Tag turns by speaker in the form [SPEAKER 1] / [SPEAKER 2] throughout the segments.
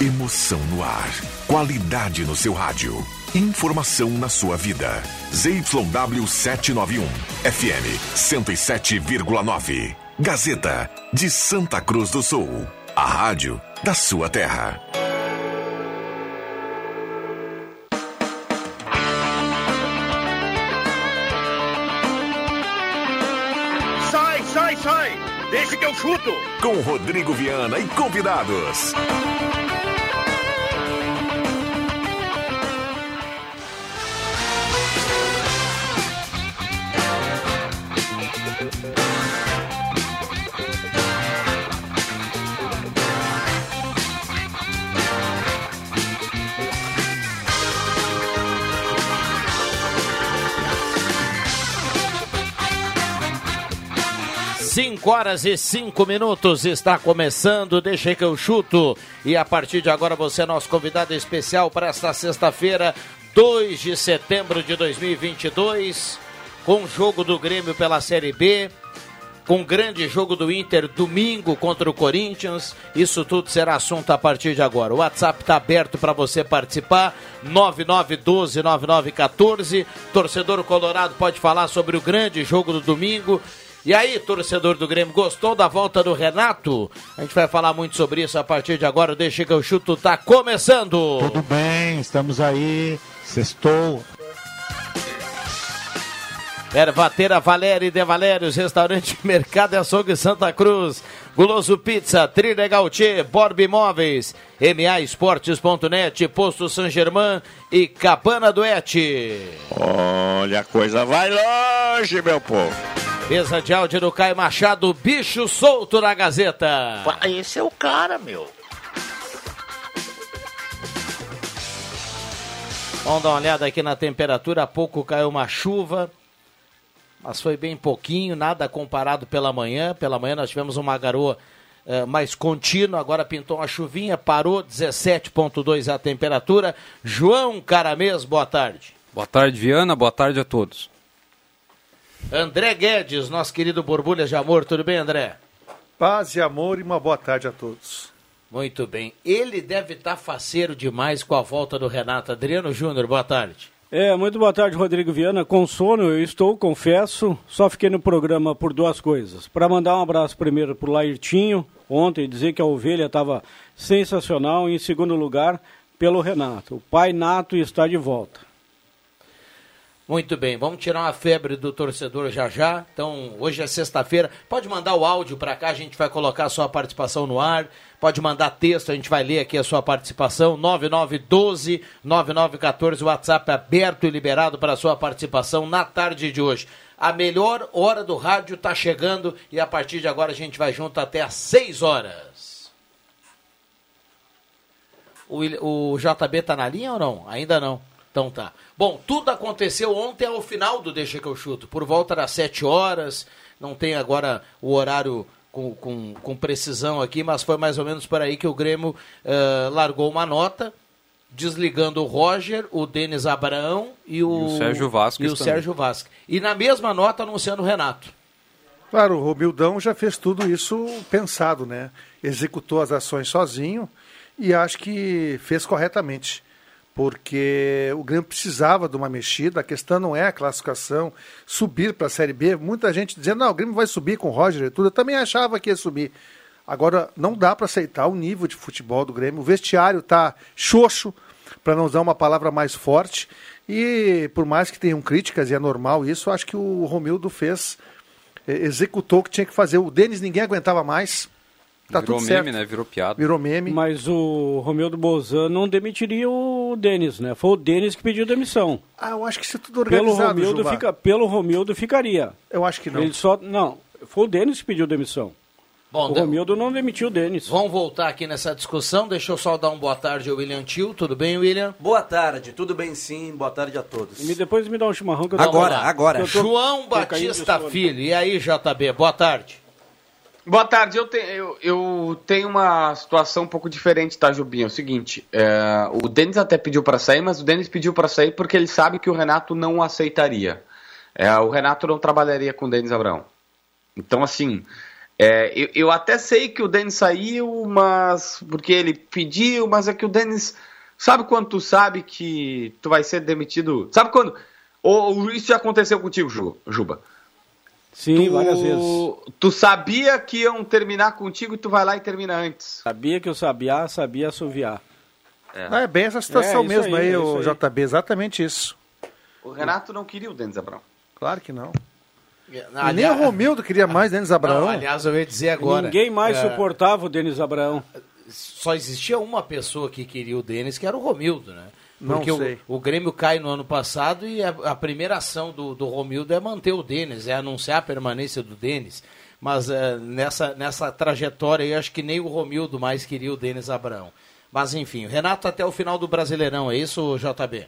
[SPEAKER 1] Emoção no ar. Qualidade no seu rádio. Informação na sua vida. ZYW 791. FM 107,9. Gazeta de Santa Cruz do Sul. A rádio da sua terra.
[SPEAKER 2] Sai, sai, sai! Deixa que eu chuto!
[SPEAKER 1] Com Rodrigo Viana e convidados.
[SPEAKER 3] Cinco horas e cinco minutos está começando, deixa que eu chuto. E a partir de agora você é nosso convidado especial para esta sexta-feira, 2 de setembro de 2022, com o jogo do Grêmio pela Série B, com o Um grande jogo do Inter domingo contra o Corinthians. Isso tudo será assunto a partir de agora. O WhatsApp está aberto para você participar. 99129914. Torcedor Colorado pode falar sobre o grande jogo do domingo. E aí, torcedor do Grêmio, gostou da volta do Renato? A gente vai falar muito sobre isso a partir de agora. O Deixa que eu chuto tá começando.
[SPEAKER 4] Tudo bem, estamos aí. Sextou.
[SPEAKER 3] Ervateira Valéria e De Valérios, Restaurante Mercado e Açougue Santa Cruz, Guloso Pizza, Trilha Gautier, Borb Imóveis, MA Esportes.net, Posto San Germán e Cabana do Eti.
[SPEAKER 5] Olha, a coisa vai longe, meu povo.
[SPEAKER 3] Mesa de áudio do Caio Machado, bicho solto na Gazeta.
[SPEAKER 5] Pá, Esse é o cara, meu.
[SPEAKER 3] Vamos dar uma olhada aqui na temperatura. Há pouco caiu uma chuva, mas foi bem pouquinho, nada comparado pela manhã. Pela manhã nós tivemos uma garoa eh, mais contínua, agora pintou uma chuvinha, parou 17,2 a temperatura. João Caramês, boa tarde.
[SPEAKER 6] Boa tarde, Viana. Boa tarde a todos.
[SPEAKER 3] André Guedes, nosso querido Borbulhas de Amor, tudo bem, André?
[SPEAKER 7] Paz e amor e uma boa tarde a todos.
[SPEAKER 3] Muito bem. Ele deve estar faceiro demais com a volta do Renato. Adriano Júnior, boa tarde.
[SPEAKER 8] É, muito boa tarde, Rodrigo Viana. Com sono eu estou, confesso. Só fiquei no programa por duas coisas. Para mandar um abraço primeiro para o Lairtinho, ontem, dizer que a ovelha estava sensacional. E em segundo lugar, pelo Renato. O pai nato está de volta.
[SPEAKER 3] Muito bem, vamos tirar uma febre do torcedor já já. Então, hoje é sexta-feira. Pode mandar o áudio para cá, a gente vai colocar a sua participação no ar. Pode mandar texto, a gente vai ler aqui a sua participação. 9912 9914, o WhatsApp é aberto e liberado para a sua participação na tarde de hoje. A melhor hora do rádio está chegando e a partir de agora a gente vai junto até às 6 horas. O, Wil- o JB tá na linha ou não? Ainda não. Então tá. Bom, tudo aconteceu ontem ao final do Deixa que eu chuto, por volta das 7 horas. Não tem agora o horário com, com, com precisão aqui, mas foi mais ou menos por aí que o Grêmio eh, largou uma nota, desligando o Roger, o Denis Abraão e o,
[SPEAKER 6] E o Sérgio Vasquez
[SPEAKER 3] E o
[SPEAKER 6] também.
[SPEAKER 3] Sérgio Vasquez. E na mesma nota anunciando o Renato.
[SPEAKER 7] Claro, o Romildão já fez tudo isso pensado, né? Executou as ações sozinho e acho que fez corretamente. Porque o Grêmio precisava de uma mexida, a questão não é a classificação, subir para a Série B. Muita gente dizendo, não, o Grêmio vai subir com o Roger e tudo. Eu também achava que ia subir. Agora, não dá para aceitar o nível de futebol do Grêmio. O vestiário está xoxo, para não usar uma palavra mais forte. E por mais que tenham críticas, e é normal isso, acho que o Romildo fez, eh, executou o que tinha que fazer. O Denis ninguém aguentava mais. Tá
[SPEAKER 6] Virou
[SPEAKER 7] tudo
[SPEAKER 6] meme,
[SPEAKER 7] certo.
[SPEAKER 6] né? Virou piada.
[SPEAKER 7] Virou meme.
[SPEAKER 8] Mas o Romildo Bolzano não demitiria o Denis, né? Foi o Denis que pediu demissão.
[SPEAKER 7] Ah, eu acho que isso é tudo
[SPEAKER 8] Pelo
[SPEAKER 7] organizado,
[SPEAKER 8] Romildo,
[SPEAKER 7] Juvá.
[SPEAKER 8] fica, pelo Romildo ficaria.
[SPEAKER 7] Eu acho que não.
[SPEAKER 8] Ele só. Não, foi o Denis que pediu demissão.
[SPEAKER 3] Bom,
[SPEAKER 8] o
[SPEAKER 3] deu-
[SPEAKER 8] Romildo não demitiu o Denis.
[SPEAKER 3] Vamos voltar aqui nessa discussão. Deixa eu só dar um boa tarde ao William Tio. Tudo bem, William?
[SPEAKER 9] Boa tarde, tudo bem sim, boa tarde a todos.
[SPEAKER 8] E depois me dá um chimarrão que eu
[SPEAKER 3] Então,
[SPEAKER 9] Agora,
[SPEAKER 3] vamos lá.
[SPEAKER 9] agora.
[SPEAKER 8] Eu tô-
[SPEAKER 3] João
[SPEAKER 8] tô
[SPEAKER 3] Batista
[SPEAKER 8] caindo de sono.
[SPEAKER 3] Filho. E aí, JB, boa tarde.
[SPEAKER 10] Boa tarde, eu, te- eu- eu tenho uma situação um pouco diferente, tá, Jubinho? É o seguinte, é, o Denis até pediu pra sair, mas o Denis pediu pra sair porque ele sabe que o Renato não aceitaria. É, o Renato não trabalharia com o Denis Abraão. Então, assim, É, eu, eu até sei que o Denis saiu, mas. porque ele pediu, mas é que o Denis. Sabe quando tu sabe que tu vai ser demitido? Sabe quando? Ou, ou isso já aconteceu contigo, Ju- Juba?
[SPEAKER 8] Sim,
[SPEAKER 10] Tu-
[SPEAKER 8] várias vezes.
[SPEAKER 10] Tu sabia que iam terminar contigo e tu vai lá e termina antes.
[SPEAKER 8] Sabia que eu sabia, sabia assoviar.
[SPEAKER 7] Ah, é bem essa situação
[SPEAKER 8] É, isso
[SPEAKER 7] mesmo
[SPEAKER 8] aí,
[SPEAKER 7] aí,
[SPEAKER 8] é
[SPEAKER 7] o
[SPEAKER 8] isso aí.
[SPEAKER 7] JB, exatamente isso.
[SPEAKER 10] O Renato não queria o Denis Abrão.
[SPEAKER 7] Claro que É, não.
[SPEAKER 3] Ali-
[SPEAKER 7] Nem o Romildo queria mais Denis Abraão.
[SPEAKER 3] Ah, Não, aliás, eu ia dizer agora.
[SPEAKER 8] Ninguém mais
[SPEAKER 3] é,
[SPEAKER 8] suportava o Denis Abraão.
[SPEAKER 3] Só existia uma pessoa que queria o Denis, que era o Romildo, né?
[SPEAKER 7] Não
[SPEAKER 3] Porque
[SPEAKER 7] sei.
[SPEAKER 3] o, o Grêmio cai no ano passado e a, a primeira ação do, do Romildo é manter o Denis, é anunciar a permanência do Denis. Mas é, nessa, nessa trajetória eu acho que nem o Romildo mais queria o Denis Abraão. Mas enfim, o Renato até o final do Brasileirão, é isso, JB?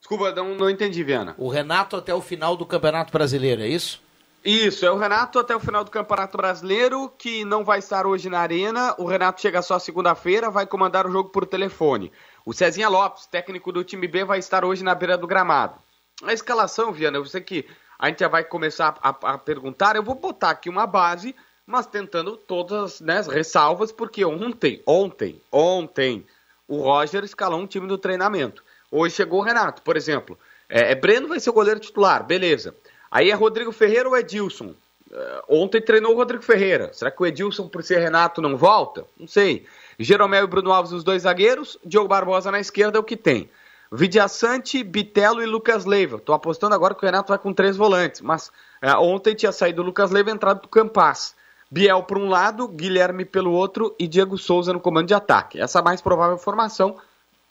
[SPEAKER 10] Desculpa, não, não entendi, Viana.
[SPEAKER 3] O Renato até o final do Campeonato Brasileiro, é isso?
[SPEAKER 10] Isso, é o Renato até o final do Campeonato Brasileiro, que não vai estar hoje na arena. O Renato chega só segunda-feira, vai comandar o jogo por telefone. O Cezinha Lopes, técnico do time B, vai estar hoje na beira do gramado. A escalação, Viana, eu sei que a gente já vai começar a, a perguntar. Eu vou botar aqui uma base, mas tentando todas né, as ressalvas, porque ontem, ontem, ontem, o Roger escalou um time do treinamento. Hoje chegou o Renato, por exemplo. É, é Breno vai ser o goleiro titular, beleza. Aí é Rodrigo Ferreira ou Edilson? É, ontem treinou o Rodrigo Ferreira. Será que o Edilson, por ser Renato, não volta? Não sei. Jeromel e Bruno Alves, os dois zagueiros. Diogo Barbosa na esquerda é o que tem. Vidia Sante, Bitelo e Lucas Leiva. Tô apostando agora que o Renato vai com três volantes, mas é, ontem tinha saído o Lucas Leiva e entrado do Campas. Biel por um lado, Guilherme pelo outro e Diego Souza no comando de ataque. Essa é a mais provável formação,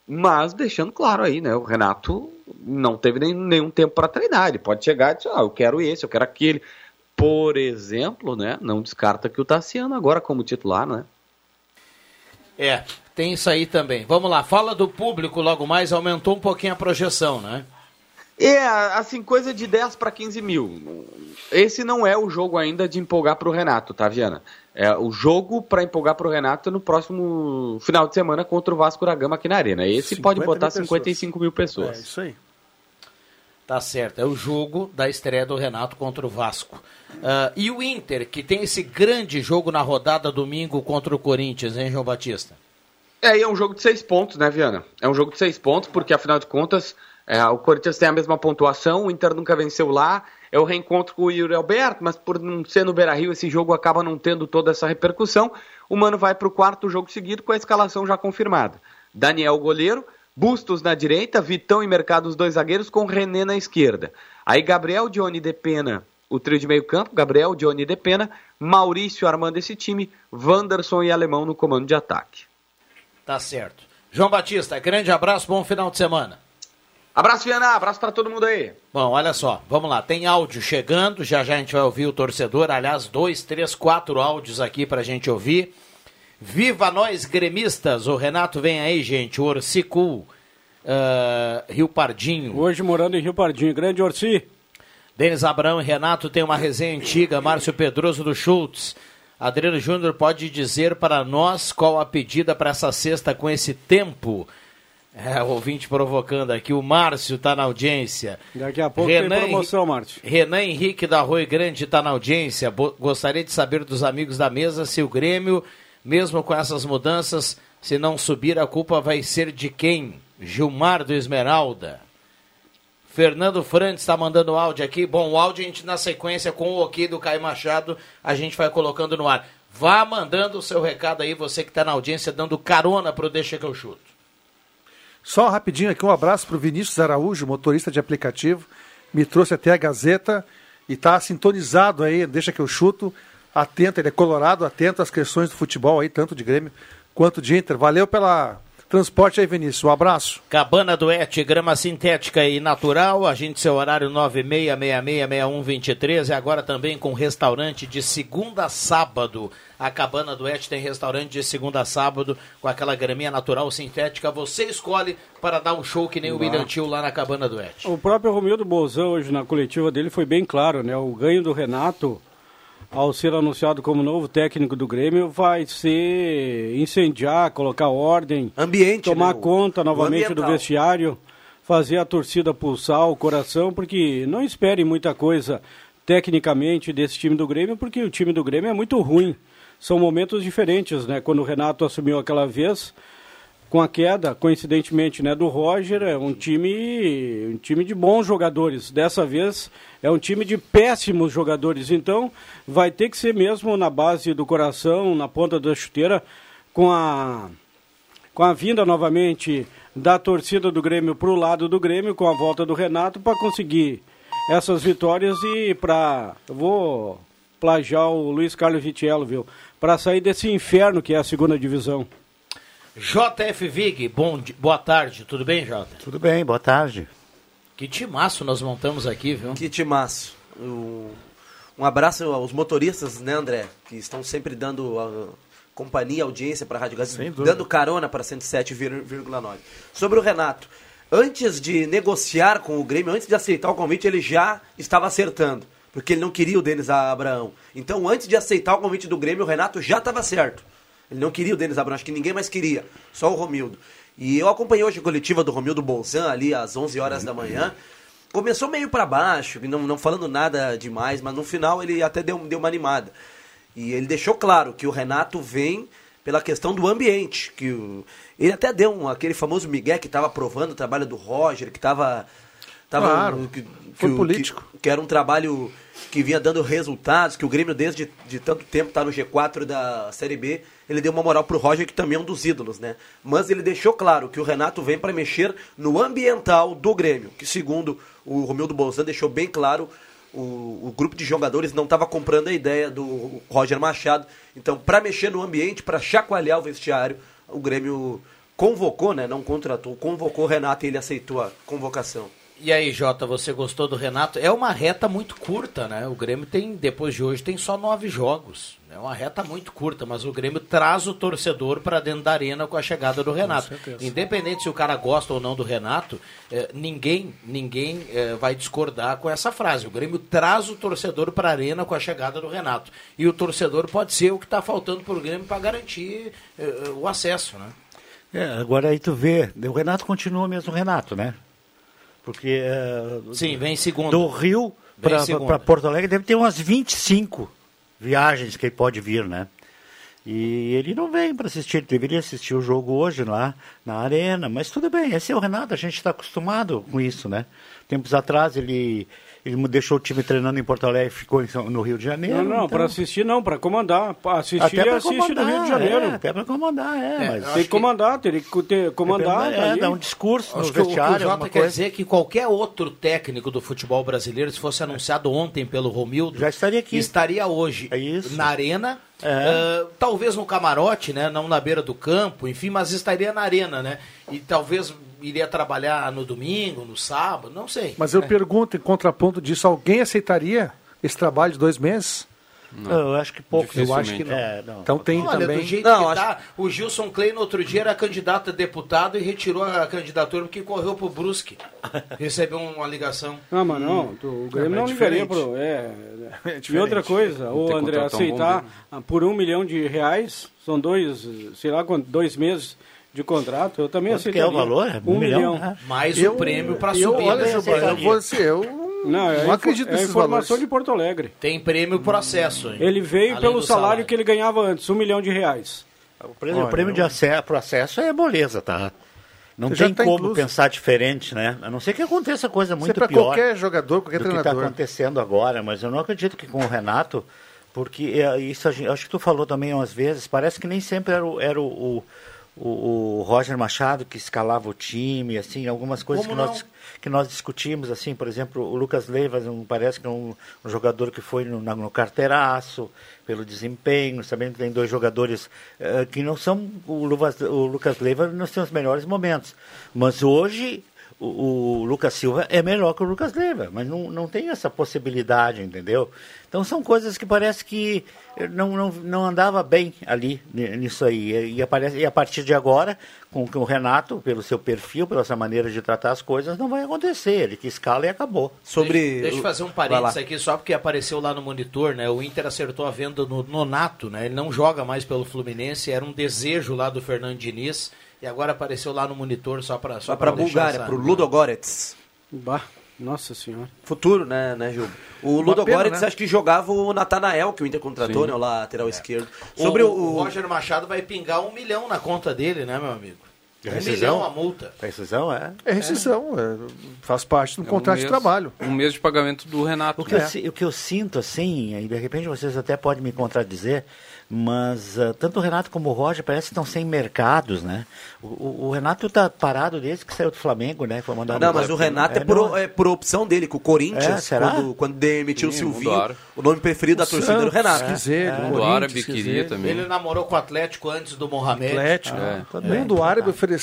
[SPEAKER 10] mas deixando claro aí, né? O Renato não teve nem- nenhum tempo para treinar. Ele pode chegar e dizer, ah, eu quero esse, eu quero aquele. Por exemplo, né? Não descarta que o Tassiano agora como titular, né?
[SPEAKER 3] É, tem isso aí também. Vamos lá, fala do público logo mais, aumentou um pouquinho a projeção, né?
[SPEAKER 10] É, assim, coisa de 10 para 15 mil. Esse não é o jogo ainda de empolgar pro Renato, tá, Viana? É, o jogo para empolgar pro Renato é no próximo final de semana contra o Vasco da Gama aqui na Arena. Esse
[SPEAKER 7] 50
[SPEAKER 10] pode
[SPEAKER 7] mil
[SPEAKER 10] botar
[SPEAKER 7] pessoas.
[SPEAKER 10] 55 mil
[SPEAKER 7] É
[SPEAKER 10] pessoas.
[SPEAKER 7] isso aí.
[SPEAKER 3] Tá certo, é o jogo da estreia do Renato contra o Vasco. Ah, e o Inter, que tem esse grande jogo na rodada domingo contra o Corinthians, hein, João Batista?
[SPEAKER 10] É, e é um jogo de seis pontos, né, Viana? É um jogo de seis pontos, porque afinal de contas, é, o Corinthians tem a mesma pontuação, o Inter nunca venceu lá. É o reencontro com o Yuri Alberto, mas por não ser no Beira Rio, esse jogo acaba não tendo toda essa repercussão. O Mano vai para o quarto jogo seguido com a escalação já confirmada. Daniel goleiro, Bustos na direita, Vitão e Mercado os dois zagueiros, com René na esquerda. Aí Gabriel, Dione e Depena o trio de meio campo, Gabriel, Dione e Depena, Maurício armando esse time, Wanderson e Alemão no comando de ataque.
[SPEAKER 3] Tá certo. João Batista, grande abraço, bom final de semana.
[SPEAKER 10] Abraço, Viana. Abraço pra todo mundo aí.
[SPEAKER 3] Bom, olha só, vamos lá, tem áudio chegando, já já a gente vai ouvir o torcedor, aliás, dois, três, quatro áudios aqui pra gente ouvir. Viva nós, gremistas! O Renato vem aí, gente, o Orsicu, ah, Rio Pardinho,
[SPEAKER 8] Hoje morando em Rio Pardinho. Grande Orsi.
[SPEAKER 3] Denis Abrão e Renato tem uma resenha antiga. Márcio Pedroso do Schultz. Adriano Júnior pode dizer para nós qual a pedida para essa sexta com esse tempo? É, o ouvinte provocando aqui. O Márcio está na audiência.
[SPEAKER 8] Daqui a pouco
[SPEAKER 3] Renan
[SPEAKER 8] tem promoção, Márcio.
[SPEAKER 3] Renan Henrique da Rui Grande está na audiência. Bo- gostaria de saber dos amigos da mesa se o Grêmio, mesmo com essas mudanças, se não subir, a culpa vai ser de quem? Gilmar do Esmeralda. Fernando Frantes está mandando áudio aqui. Bom, o áudio a gente, na sequência, com o ok do Caio Machado, a gente vai colocando no ar. Vá mandando o seu recado aí, você que está na audiência, dando carona pro Deixa que eu chuto.
[SPEAKER 7] Só rapidinho aqui, um abraço para o Vinícius Araújo, motorista de aplicativo. Me trouxe até a Gazeta e está sintonizado aí, deixa que eu chuto. Atento, ele é colorado, atento às questões do futebol aí, tanto de Grêmio quanto de Inter. Valeu pela transporte aí, Vinícius. Um abraço.
[SPEAKER 3] Cabana do Et, grama sintética e natural, a gente seu horário 96666123 e É agora também com restaurante de segunda a sábado. A Cabana do Et tem restaurante de segunda a sábado com aquela graminha natural sintética, você escolhe para dar um show que nem o William Tio lá na Cabana do Et.
[SPEAKER 8] O próprio Romildo Bolzão, hoje na coletiva dele, foi bem claro, né? O ganho do Renato, ao ser anunciado como novo técnico do Grêmio, vai ser incendiar, colocar ordem,
[SPEAKER 9] Ambiente,
[SPEAKER 8] tomar
[SPEAKER 9] né? O-
[SPEAKER 8] conta
[SPEAKER 9] o
[SPEAKER 8] novamente do
[SPEAKER 9] ambiental.
[SPEAKER 8] vestiário, fazer a torcida pulsar o coração, porque não espere muita coisa tecnicamente desse time do Grêmio, porque o time do Grêmio é muito ruim. São momentos diferentes, né? Quando o Renato assumiu aquela vez, com a queda, coincidentemente, né, do Roger, é um time, um time de bons jogadores. Dessa vez é um time de péssimos jogadores. Então, vai ter que ser mesmo na base do coração, na ponta da chuteira, com a com a vinda novamente da torcida do Grêmio para o lado do Grêmio, com a volta do Renato, para conseguir essas vitórias e para. Vou plagiar o Luiz Carlos Vitiello, viu? Para sair desse inferno que é a segunda divisão.
[SPEAKER 3] JF Vig, bom di- boa tarde, tudo bem, Jota?
[SPEAKER 11] Tudo bem, boa tarde.
[SPEAKER 3] Que timaço nós montamos aqui, viu?
[SPEAKER 9] Que timaço. Um, um abraço aos motoristas, né, André? Que estão sempre dando ah, companhia, audiência para a Rádio Gás,
[SPEAKER 7] Sem dúvida.
[SPEAKER 9] dando carona para 107,9. Sobre o Renato, antes de negociar com o Grêmio, antes de aceitar o convite, ele já estava acertando. Porque ele não queria o Denis Abraão. Então, antes de aceitar o convite do Grêmio, o Renato já estava certo. Ele não queria o Denis Abraão, acho que ninguém mais queria, só o Romildo. E eu acompanhei hoje a coletiva do Romildo Bolzan, ali às 11 horas da manhã. Começou meio pra baixo, não, não falando nada demais, mas no final ele até deu, deu uma animada. E ele deixou claro que o Renato vem pela questão do ambiente. que o- Ele até deu um- aquele famoso Miguel que estava aprovando o trabalho do Roger, que estava. Tava,
[SPEAKER 7] Claro,
[SPEAKER 9] que, que
[SPEAKER 7] foi
[SPEAKER 9] o- que-
[SPEAKER 7] político.
[SPEAKER 9] que, era um trabalho que vinha dando resultados, que o Grêmio desde de tanto tempo está no G4 da Série B, ele deu uma moral pro Roger, que também é um dos ídolos, né? Mas ele deixou claro que o Renato vem para mexer no ambiental do Grêmio, que segundo o Romildo Bolzan deixou bem claro, o, o grupo de jogadores não estava comprando a ideia do Roger Machado. Então, para mexer no ambiente, para chacoalhar o vestiário, o Grêmio convocou, né? Não contratou, convocou o Renato e ele aceitou a convocação.
[SPEAKER 3] E aí, Jota, você gostou do Renato? É uma reta muito curta, né? O Grêmio tem, depois de hoje, tem só nove jogos. É uma reta muito curta, mas o Grêmio traz o torcedor para dentro da arena com a chegada do Renato. Independente se o cara gosta ou não do Renato, eh, ninguém, ninguém eh, vai discordar com essa frase. O Grêmio traz o torcedor para a arena com a chegada do Renato. E o torcedor pode ser o que está faltando para o Grêmio para garantir eh, o acesso, né?
[SPEAKER 11] É, agora aí tu vê, o Renato continua mesmo o Renato, né? Porque é,
[SPEAKER 3] Sim, vem segundo.
[SPEAKER 11] do Rio
[SPEAKER 3] Vem
[SPEAKER 11] pra-
[SPEAKER 3] segundo.
[SPEAKER 11] pra Porto Alegre deve ter umas 25 viagens que ele pode vir, né? E ele não vem para assistir, ele deveria assistir o jogo hoje lá na arena, mas tudo bem, esse é o Renato, a gente está acostumado com isso, né? Tempos atrás ele, ele deixou o time treinando em Porto Alegre, ficou em São- no Rio de Janeiro.
[SPEAKER 8] Não, não,
[SPEAKER 11] então-
[SPEAKER 8] para assistir não, para comandar. Pra Assistir,
[SPEAKER 11] Até pra
[SPEAKER 8] assiste do Rio de
[SPEAKER 11] comandar,
[SPEAKER 8] Janeiro.
[SPEAKER 11] é, até para comandar, é. mas-
[SPEAKER 8] tem que comandar, teria que ter- comandar.
[SPEAKER 11] É,
[SPEAKER 8] tá aí.
[SPEAKER 11] dá um discurso
[SPEAKER 3] Acho
[SPEAKER 11] no
[SPEAKER 3] que o- o, que o
[SPEAKER 11] vestiário,
[SPEAKER 3] Jota
[SPEAKER 11] alguma
[SPEAKER 3] quer
[SPEAKER 11] coisa.
[SPEAKER 3] dizer que qualquer outro técnico do futebol brasileiro, se fosse anunciado ontem pelo Romildo, já estaria aqui. Estaria hoje
[SPEAKER 11] É
[SPEAKER 3] na arena, ah, talvez no camarote, né? Não na beira do campo, enfim, mas estaria na arena, né? E talvez iria trabalhar no domingo, no sábado, não sei.
[SPEAKER 7] Mas eu
[SPEAKER 3] É.
[SPEAKER 7] pergunto, em contraponto disso, alguém aceitaria esse trabalho de dois meses?
[SPEAKER 11] Não. Eu acho que pouco.
[SPEAKER 7] Eu acho que não.
[SPEAKER 11] É, não.
[SPEAKER 7] Então tem
[SPEAKER 3] Olha,
[SPEAKER 7] também.
[SPEAKER 3] do jeito que tá, o Gilson Klein no outro dia era candidato a deputado e retirou a candidatura porque correu pro Brusque. Recebeu uma ligação.
[SPEAKER 11] Ah,
[SPEAKER 8] Não, Ah, mas não, tu- o Grêmio não ligaria pro. É, e
[SPEAKER 3] diferente.
[SPEAKER 8] outra coisa,
[SPEAKER 3] Tem
[SPEAKER 8] o
[SPEAKER 3] que
[SPEAKER 8] André
[SPEAKER 3] contratar um bom
[SPEAKER 8] aceitar ah, por um milhão de reais, são dois, sei lá, quanto- dois meses de contrato, eu também
[SPEAKER 11] Quanto que
[SPEAKER 8] aceitaria.
[SPEAKER 11] é o valor?
[SPEAKER 8] Um
[SPEAKER 11] Um milhão,
[SPEAKER 8] milhão.
[SPEAKER 11] né?
[SPEAKER 3] Mais
[SPEAKER 8] Eu-
[SPEAKER 3] um prêmio para
[SPEAKER 8] eu-
[SPEAKER 3] subir.
[SPEAKER 8] olha,
[SPEAKER 3] né?
[SPEAKER 8] eu vou- eu vou- assim, eu Não, é,
[SPEAKER 3] não
[SPEAKER 8] info-
[SPEAKER 3] acredito
[SPEAKER 8] é
[SPEAKER 3] nesses
[SPEAKER 8] informação
[SPEAKER 3] valores.
[SPEAKER 8] de Porto Alegre.
[SPEAKER 3] Tem prêmio por acesso. hein?
[SPEAKER 8] Ele veio
[SPEAKER 3] Além
[SPEAKER 8] pelo
[SPEAKER 3] do
[SPEAKER 8] salário, que ele ganhava antes, um milhão de reais.
[SPEAKER 11] O prêmio, o prêmio de acesso, pro acesso é moleza, tá? Não
[SPEAKER 8] Já
[SPEAKER 11] tem
[SPEAKER 8] tá
[SPEAKER 11] como
[SPEAKER 8] incluso.
[SPEAKER 11] pensar diferente, né? A não ser que aconteça coisa muito
[SPEAKER 7] pra
[SPEAKER 11] pior.
[SPEAKER 7] qualquer jogador, qualquer
[SPEAKER 11] do que
[SPEAKER 7] treinador.
[SPEAKER 11] está acontecendo agora, mas eu não acredito que com o Renato, porque é, isso a gente- acho que tu falou também umas vezes, parece que nem sempre era o, era o, o, o- o Roger Machado que escalava o time, assim, algumas coisas que
[SPEAKER 3] Como
[SPEAKER 11] nós,
[SPEAKER 3] não?
[SPEAKER 11] que nós discutimos, assim, por exemplo, o Lucas Leivas um- parece que é um, um jogador que foi no, na- no carteiraço, pelo desempenho, sabendo que tem dois jogadores eh, que não são, o, Luvas- o Lucas Leivas nos seus melhores momentos, mas hoje o, o Lucas Silva é melhor que o Lucas Leiva, mas não, não tem essa possibilidade, entendeu? Então são coisas que parece que eh, não, não, não andava bem ali ni- nisso aí. E, e aparece, e a partir de agora, com, com o Renato, pelo seu perfil, pela sua maneira de tratar as coisas, não vai acontecer. Ele que escala e acabou.
[SPEAKER 3] Deixa, deixa eu fazer um parênteses aqui, só porque apareceu lá no monitor, né? O Inter acertou a venda no Nonato, né? Ele não joga mais pelo Fluminense, era um desejo lá do Fernando Diniz, e agora apareceu lá no monitor só para só
[SPEAKER 9] Vai para
[SPEAKER 3] pra deixar
[SPEAKER 9] Bulgária,
[SPEAKER 3] essa-
[SPEAKER 9] para o Ludogorets.
[SPEAKER 8] Bah. Nossa senhora.
[SPEAKER 9] Futuro, né, né, Gil? O Ludo
[SPEAKER 8] pena,
[SPEAKER 9] agora eles
[SPEAKER 8] né?
[SPEAKER 9] acho que jogava o Natanael, que o Inter contratou,
[SPEAKER 3] Sim. É.
[SPEAKER 9] né? O lateral esquerdo.
[SPEAKER 3] O-
[SPEAKER 9] Sobre o.
[SPEAKER 3] o Roger Machado vai pingar um milhão na conta dele, né, meu amigo?
[SPEAKER 9] É
[SPEAKER 3] Um
[SPEAKER 9] rescisão?
[SPEAKER 3] milhão a multa.
[SPEAKER 11] Rescisão, é?
[SPEAKER 7] É rescisão, é, faz parte do
[SPEAKER 11] É um
[SPEAKER 7] contrato de
[SPEAKER 11] mês.
[SPEAKER 7] trabalho.
[SPEAKER 6] Um mês de pagamento do Renato.
[SPEAKER 11] O que,
[SPEAKER 7] É.
[SPEAKER 11] eu,
[SPEAKER 6] né?
[SPEAKER 11] si- o que eu sinto, assim, e de repente vocês até podem me contradizer, mas ah, tanto o Renato como o Roger parece que estão sem mercados, né? O, o- o Renato tá parado desde que saiu do Flamengo, né? Foi mandado
[SPEAKER 9] Não,
[SPEAKER 11] embora.
[SPEAKER 9] mas o Renato é,
[SPEAKER 11] não,
[SPEAKER 9] por, é por opção dele, com o
[SPEAKER 11] É,
[SPEAKER 9] Corinthians,
[SPEAKER 11] será?
[SPEAKER 9] quando, quando demitiu
[SPEAKER 11] Sim,
[SPEAKER 9] o Silvinho,
[SPEAKER 11] mudaram.
[SPEAKER 9] o nome preferido da
[SPEAKER 11] O
[SPEAKER 9] torcida era o
[SPEAKER 11] Santos,
[SPEAKER 9] Renato.
[SPEAKER 11] quer dizer,
[SPEAKER 9] É.
[SPEAKER 11] o
[SPEAKER 6] Do árabe queria também.
[SPEAKER 3] Ele namorou com o Atlético antes do Mohamed.
[SPEAKER 11] É.
[SPEAKER 7] Atlético. né?
[SPEAKER 3] tá
[SPEAKER 7] Tá o mundo árabe ofereceu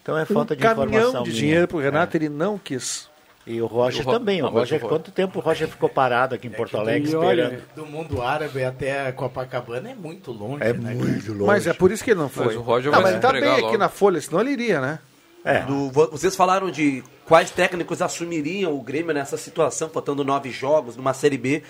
[SPEAKER 11] então é
[SPEAKER 3] falta
[SPEAKER 7] um
[SPEAKER 3] de
[SPEAKER 7] caminhão
[SPEAKER 3] informação
[SPEAKER 7] de
[SPEAKER 3] minha.
[SPEAKER 7] dinheiro para o Renato, ele não quis.
[SPEAKER 11] E o Roger
[SPEAKER 7] O Ro-
[SPEAKER 11] também. O
[SPEAKER 7] Ah, mas
[SPEAKER 11] Roger,
[SPEAKER 7] o Ro-
[SPEAKER 11] quanto tempo o Roger ficou parado aqui em
[SPEAKER 7] É
[SPEAKER 11] Porto Alegre
[SPEAKER 3] E olha,
[SPEAKER 11] esperando?
[SPEAKER 3] do mundo árabe até Copacabana é muito longe,
[SPEAKER 11] É
[SPEAKER 3] né?
[SPEAKER 11] muito longe.
[SPEAKER 7] Mas é por isso que ele não
[SPEAKER 11] Mas
[SPEAKER 7] foi.
[SPEAKER 11] o Roger
[SPEAKER 7] não,
[SPEAKER 11] vai
[SPEAKER 7] mas ele
[SPEAKER 11] se
[SPEAKER 7] tá bem
[SPEAKER 11] entregar
[SPEAKER 7] aqui
[SPEAKER 11] logo.
[SPEAKER 7] na Folha, senão ele iria, né?
[SPEAKER 9] Do- vo- vocês falaram de quais técnicos assumiriam o Grêmio nessa situação, faltando nove jogos, numa Série B.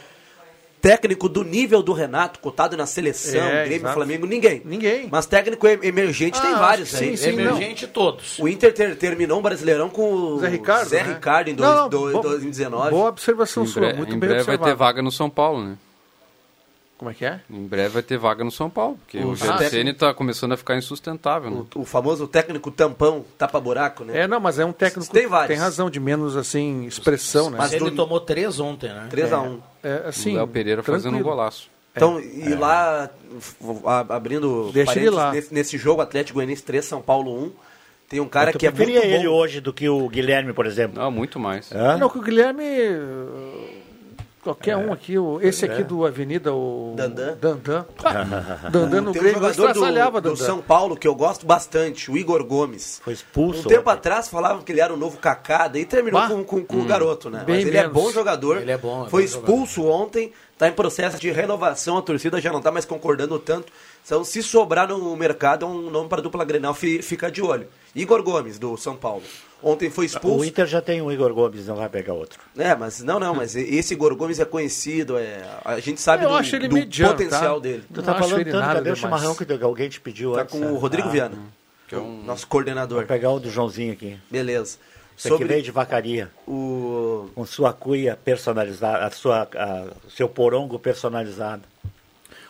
[SPEAKER 9] Técnico do nível do Renato, cotado na seleção,
[SPEAKER 3] É,
[SPEAKER 9] Grêmio,
[SPEAKER 3] exato.
[SPEAKER 9] Flamengo, ninguém. Ninguém. Mas técnico em- emergente tem
[SPEAKER 3] Ah,
[SPEAKER 9] vários
[SPEAKER 3] acho que
[SPEAKER 9] aí.
[SPEAKER 3] sim, sim, Emergente todos.
[SPEAKER 9] O Inter ter- terminou um Brasileirão com o
[SPEAKER 7] Zé Ricardo,
[SPEAKER 9] Zé
[SPEAKER 7] né?
[SPEAKER 9] Ricardo em dois-
[SPEAKER 7] Não, não,
[SPEAKER 9] dois-
[SPEAKER 7] bo-
[SPEAKER 9] 2019.
[SPEAKER 7] Boa observação
[SPEAKER 6] Em,
[SPEAKER 7] sua,
[SPEAKER 6] bre-
[SPEAKER 7] muito
[SPEAKER 6] em
[SPEAKER 7] bem
[SPEAKER 6] breve vai ter
[SPEAKER 7] observado.
[SPEAKER 6] vaga no São Paulo, né?
[SPEAKER 7] Como é que é?
[SPEAKER 6] Em breve vai ter vaga no São Paulo, porque o,
[SPEAKER 9] O
[SPEAKER 7] Ah,
[SPEAKER 6] Gercene
[SPEAKER 9] técnico-
[SPEAKER 6] está tá começando a ficar insustentável. Né?
[SPEAKER 9] O famoso técnico tampão, tapa-buraco, né?
[SPEAKER 7] É, não, mas é um técnico
[SPEAKER 9] Tem
[SPEAKER 7] que
[SPEAKER 9] vários.
[SPEAKER 7] tem razão de menos, assim, expressão, né?
[SPEAKER 3] Mas ele tomou três ontem, né?
[SPEAKER 9] Três a um.
[SPEAKER 7] É, assim,
[SPEAKER 6] O Léo Pereira fazendo um
[SPEAKER 7] tranquilo.
[SPEAKER 6] golaço.
[SPEAKER 9] Então,
[SPEAKER 7] É.
[SPEAKER 9] e lá, f- a- abrindo
[SPEAKER 11] Deixa ele
[SPEAKER 9] parênteses,
[SPEAKER 11] lá.
[SPEAKER 9] Nesse, nesse jogo, Atlético Goianiense 3, São Paulo 1, tem um cara
[SPEAKER 11] Eu
[SPEAKER 9] que é muito
[SPEAKER 11] preferia
[SPEAKER 9] bom.
[SPEAKER 11] ele hoje do que o Guilherme, por exemplo.
[SPEAKER 6] Não, muito mais.
[SPEAKER 7] Não, que o Guilherme. eh, Qualquer
[SPEAKER 3] É.
[SPEAKER 7] um aqui, o- esse aqui
[SPEAKER 11] É.
[SPEAKER 7] do Avenida, o. Dandan. Dandan. Ah, Dandan no
[SPEAKER 9] Tem um
[SPEAKER 7] Grêmio, nós
[SPEAKER 9] jogador
[SPEAKER 7] traçalhava,
[SPEAKER 9] do, do
[SPEAKER 7] Dandan.
[SPEAKER 9] São Paulo que eu gosto bastante, o Igor Gomes.
[SPEAKER 11] Foi
[SPEAKER 9] Um
[SPEAKER 11] expulso.
[SPEAKER 9] tempo atrás falavam que ele era o novo Kaká, daí terminou
[SPEAKER 11] Bah.
[SPEAKER 9] com, com- com o
[SPEAKER 11] Hum.
[SPEAKER 9] garoto, né?
[SPEAKER 11] Bem
[SPEAKER 9] Mas ele é
[SPEAKER 11] menos.
[SPEAKER 9] bom jogador.
[SPEAKER 11] Ele é bom, é
[SPEAKER 9] foi
[SPEAKER 11] bom
[SPEAKER 9] expulso ontem, tá em processo de renovação, a torcida já não tá mais concordando tanto. Então, se sobrar no mercado, é um nome para dupla Grenal fi- fica de olho. Igor Gomes, do São Paulo. Ontem foi expulso.
[SPEAKER 11] Ah, O Inter já tem o Igor Gomes, não vai pegar outro.
[SPEAKER 9] É, mas não, não, mas esse Igor Gomes é conhecido, é, a gente sabe
[SPEAKER 11] Eu
[SPEAKER 9] do,
[SPEAKER 11] acho ele
[SPEAKER 9] do
[SPEAKER 11] mediano,
[SPEAKER 9] potencial
[SPEAKER 11] tá?
[SPEAKER 9] dele.
[SPEAKER 11] Tu tá Não acho falando ele tanto, nada cadê o demais. chimarrão que alguém te pediu
[SPEAKER 9] Tá
[SPEAKER 11] antes,
[SPEAKER 9] com
[SPEAKER 11] né?
[SPEAKER 9] o Rodrigo
[SPEAKER 11] Ah,
[SPEAKER 9] Viana, que é o nosso coordenador.
[SPEAKER 11] Vou pegar o do Joãozinho aqui.
[SPEAKER 9] Beleza.
[SPEAKER 11] Isso aqui veio de vacaria.
[SPEAKER 9] O...
[SPEAKER 11] Com sua cuia personalizada, a sua, a- seu porongo personalizado.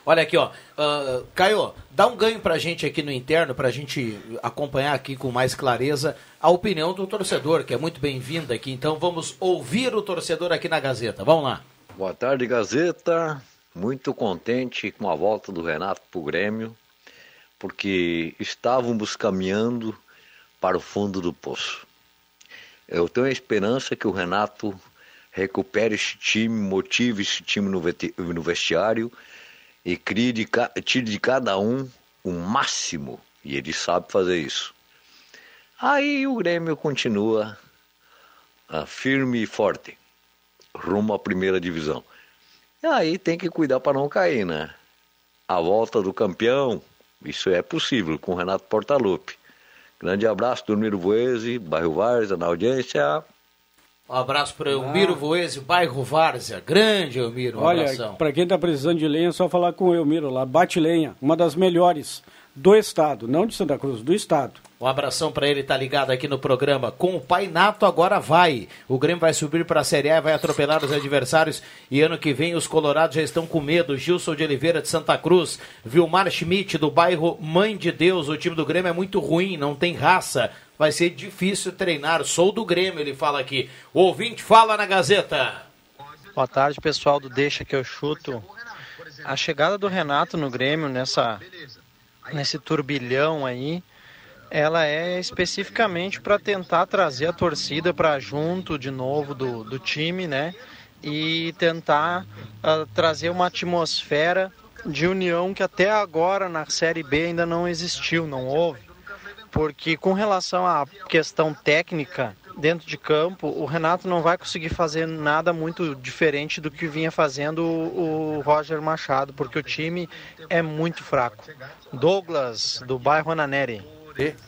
[SPEAKER 3] Olha aqui, ó. Ah, Caio, dá um ganho pra gente aqui no interno, pra gente acompanhar aqui com mais clareza a opinião do torcedor, que é muito bem-vinda aqui. Então vamos ouvir o torcedor aqui na Gazeta. Vamos lá.
[SPEAKER 12] Boa tarde, Gazeta. Muito contente com a volta do Renato para o Grêmio, porque estávamos caminhando para o fundo do poço. Eu tenho a esperança que o Renato recupere esse time, motive esse time no veti- no vestiário e crie de ca- tire de cada um o máximo. E ele sabe fazer isso. Aí o Grêmio continua ah, firme e forte rumo à primeira divisão. E aí tem que cuidar para não cair, né? A volta do campeão, isso é possível com o Renato Portaluppi. Grande abraço, Dormiro Boese, Bairro Varza, na audiência.
[SPEAKER 3] Um abraço para Elmiro Voese, bairro Várzea. Grande, Elmiro. Um
[SPEAKER 8] Olha,
[SPEAKER 3] abração.
[SPEAKER 8] para quem tá precisando de lenha, é só falar com o Elmiro lá. Bate lenha, uma das melhores do estado, não de Santa Cruz, do estado.
[SPEAKER 3] Um abração para ele, tá ligado aqui no programa. Com o Pai Nato agora vai. O Grêmio vai subir para a Série A, e vai atropelar os adversários e ano que vem os colorados já estão com medo. Gilson de Oliveira de Santa Cruz, Vilmar Schmidt do bairro Mãe de Deus. O time do Grêmio é muito ruim, não tem raça. Vai ser difícil treinar. Sou do Grêmio, ele fala aqui. O ouvinte fala na Gazeta.
[SPEAKER 13] Boa tarde, pessoal do Deixa que eu chuto. A chegada do Renato no Grêmio nessa nesse turbilhão aí, ela é especificamente para tentar trazer a torcida para junto de novo do, do time, né? E tentar ah, trazer uma atmosfera de união que até agora na Série B ainda não existiu, não houve porque com relação à questão técnica dentro de campo, o Renato não vai conseguir fazer nada muito diferente do que vinha fazendo o o Roger Machado, porque o time é muito fraco. Douglas, do bairro Ananeri.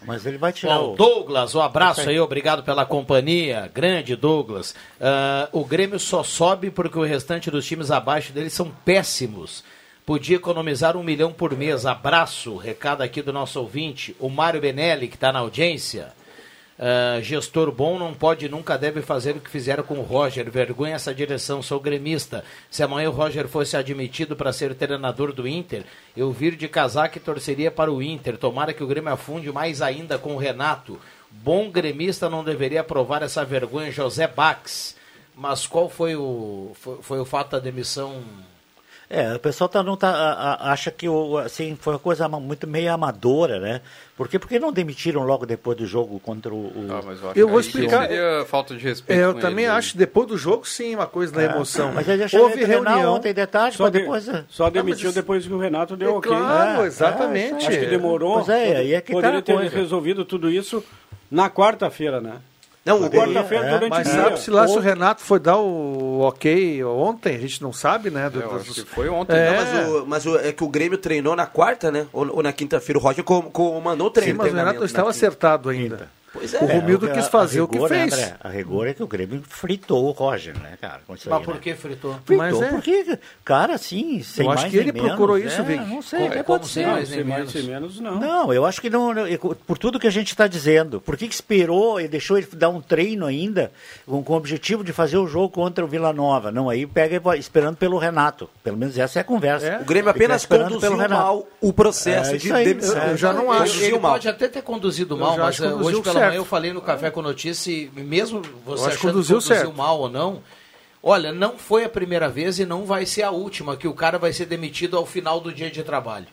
[SPEAKER 11] Mas ele vai tirar
[SPEAKER 3] Bom,
[SPEAKER 11] o...
[SPEAKER 3] Douglas, um abraço aí, obrigado pela companhia. Grande Douglas. Ah, o Grêmio só sobe porque o restante dos times abaixo dele são péssimos. Podia economizar um milhão por mês. Abraço, recado aqui do nosso ouvinte, o Mário Benelli, que está na tá audiência. ah, gestor bom não pode nunca deve fazer o que fizeram com o Roger. Vergonha essa direção, sou gremista. Se amanhã o Roger fosse admitido para ser treinador do Inter, eu vir de casaca e torceria para o Inter. Tomara que o Grêmio afunde mais ainda com o Renato. Bom gremista não deveria provar essa vergonha, José Bax. Mas qual foi o, foi, foi o fato da demissão?
[SPEAKER 11] É, o pessoal tá, não tá, a- a- acha que o- assim, foi uma coisa ama- muito meio amadora, né? Por quê? Porque não demitiram logo depois do jogo contra o. o-
[SPEAKER 7] Eu vou explicar.
[SPEAKER 6] Seria falta de respeito.
[SPEAKER 7] É, eu
[SPEAKER 6] com
[SPEAKER 7] também
[SPEAKER 6] eles, né?
[SPEAKER 7] acho, depois do jogo, sim, uma coisa na
[SPEAKER 6] É.
[SPEAKER 7] emoção.
[SPEAKER 11] Mas eles acharam que ia treinar ontem de tarde,
[SPEAKER 8] Só,
[SPEAKER 11] mas
[SPEAKER 8] de-
[SPEAKER 11] depois.
[SPEAKER 8] só demitiu depois que o Renato deu
[SPEAKER 11] É
[SPEAKER 8] ok.
[SPEAKER 11] claro, exatamente.
[SPEAKER 8] Acho que demorou.
[SPEAKER 11] Pois é, aí é que tá
[SPEAKER 8] Poderia
[SPEAKER 11] a
[SPEAKER 8] ter
[SPEAKER 11] coisa.
[SPEAKER 8] resolvido tudo isso na quarta-feira, né?
[SPEAKER 9] Não,
[SPEAKER 8] Na quarta-feira,
[SPEAKER 7] É,
[SPEAKER 8] durante
[SPEAKER 7] Mas
[SPEAKER 8] o dia.
[SPEAKER 7] sabe-se lá se o Renato foi dar o ok ontem, a gente não sabe, né? do- dos- É.
[SPEAKER 9] Não, né, mas o, mas o- é que o Grêmio treinou na quarta, né? Ou, ou na quinta-feira. O Roger com, com, mandou o treino.
[SPEAKER 7] Sim, mas o Renato
[SPEAKER 9] treinamento
[SPEAKER 7] estava
[SPEAKER 9] na quinta.
[SPEAKER 7] acertado ainda.
[SPEAKER 9] Pois é.
[SPEAKER 7] O Romildo
[SPEAKER 11] É,
[SPEAKER 7] quis fazer
[SPEAKER 11] a
[SPEAKER 7] o que
[SPEAKER 11] rigor, né,
[SPEAKER 7] fez.
[SPEAKER 11] André? a rigor é que o Grêmio fritou o Roger, né, cara? com isso
[SPEAKER 3] Mas
[SPEAKER 11] aí,
[SPEAKER 3] por
[SPEAKER 11] né?
[SPEAKER 3] que fritou?
[SPEAKER 11] Fritou
[SPEAKER 3] Mas é.
[SPEAKER 11] porque, cara, assim, sem
[SPEAKER 3] acho
[SPEAKER 11] mais
[SPEAKER 3] que ele
[SPEAKER 11] nem menos,
[SPEAKER 3] procurou
[SPEAKER 11] é,
[SPEAKER 3] isso, Vic.
[SPEAKER 11] Não sei,
[SPEAKER 3] Como-
[SPEAKER 11] até
[SPEAKER 3] como
[SPEAKER 11] pode
[SPEAKER 3] sem
[SPEAKER 11] ser.
[SPEAKER 3] mais nem Sem mais, menos. sem
[SPEAKER 8] menos, não.
[SPEAKER 11] Não, eu acho que não, não, eu- por tudo que a gente está dizendo, por que, que esperou e deixou ele dar um treino ainda com, com o objetivo de fazer o jogo contra o Vila Nova? Não, aí pega e vai esperando pelo Renato. Pelo menos essa é a conversa.
[SPEAKER 9] O Grêmio apenas
[SPEAKER 11] Fica esperando
[SPEAKER 9] conduziu
[SPEAKER 11] pelo Renato.
[SPEAKER 9] mal o processo
[SPEAKER 11] É,
[SPEAKER 9] de
[SPEAKER 11] isso aí,
[SPEAKER 9] demissão.
[SPEAKER 11] é. Eu já não
[SPEAKER 3] Ele,
[SPEAKER 11] acho.
[SPEAKER 3] ele
[SPEAKER 11] Conduziu mal.
[SPEAKER 3] pode até ter conduzido
[SPEAKER 11] Eu
[SPEAKER 3] mal,
[SPEAKER 11] já
[SPEAKER 3] mas
[SPEAKER 11] acho
[SPEAKER 3] eh,
[SPEAKER 11] que conduziu
[SPEAKER 3] hoje pela
[SPEAKER 11] certo.
[SPEAKER 3] manhã eu falei no Café com Notícia, e mesmo você
[SPEAKER 7] acho que
[SPEAKER 3] achando que
[SPEAKER 7] conduziu
[SPEAKER 3] conduziu,
[SPEAKER 7] certo.
[SPEAKER 3] mal ou não, olha, não foi a primeira vez e não vai ser a última que o cara vai ser demitido ao final do dia de trabalho.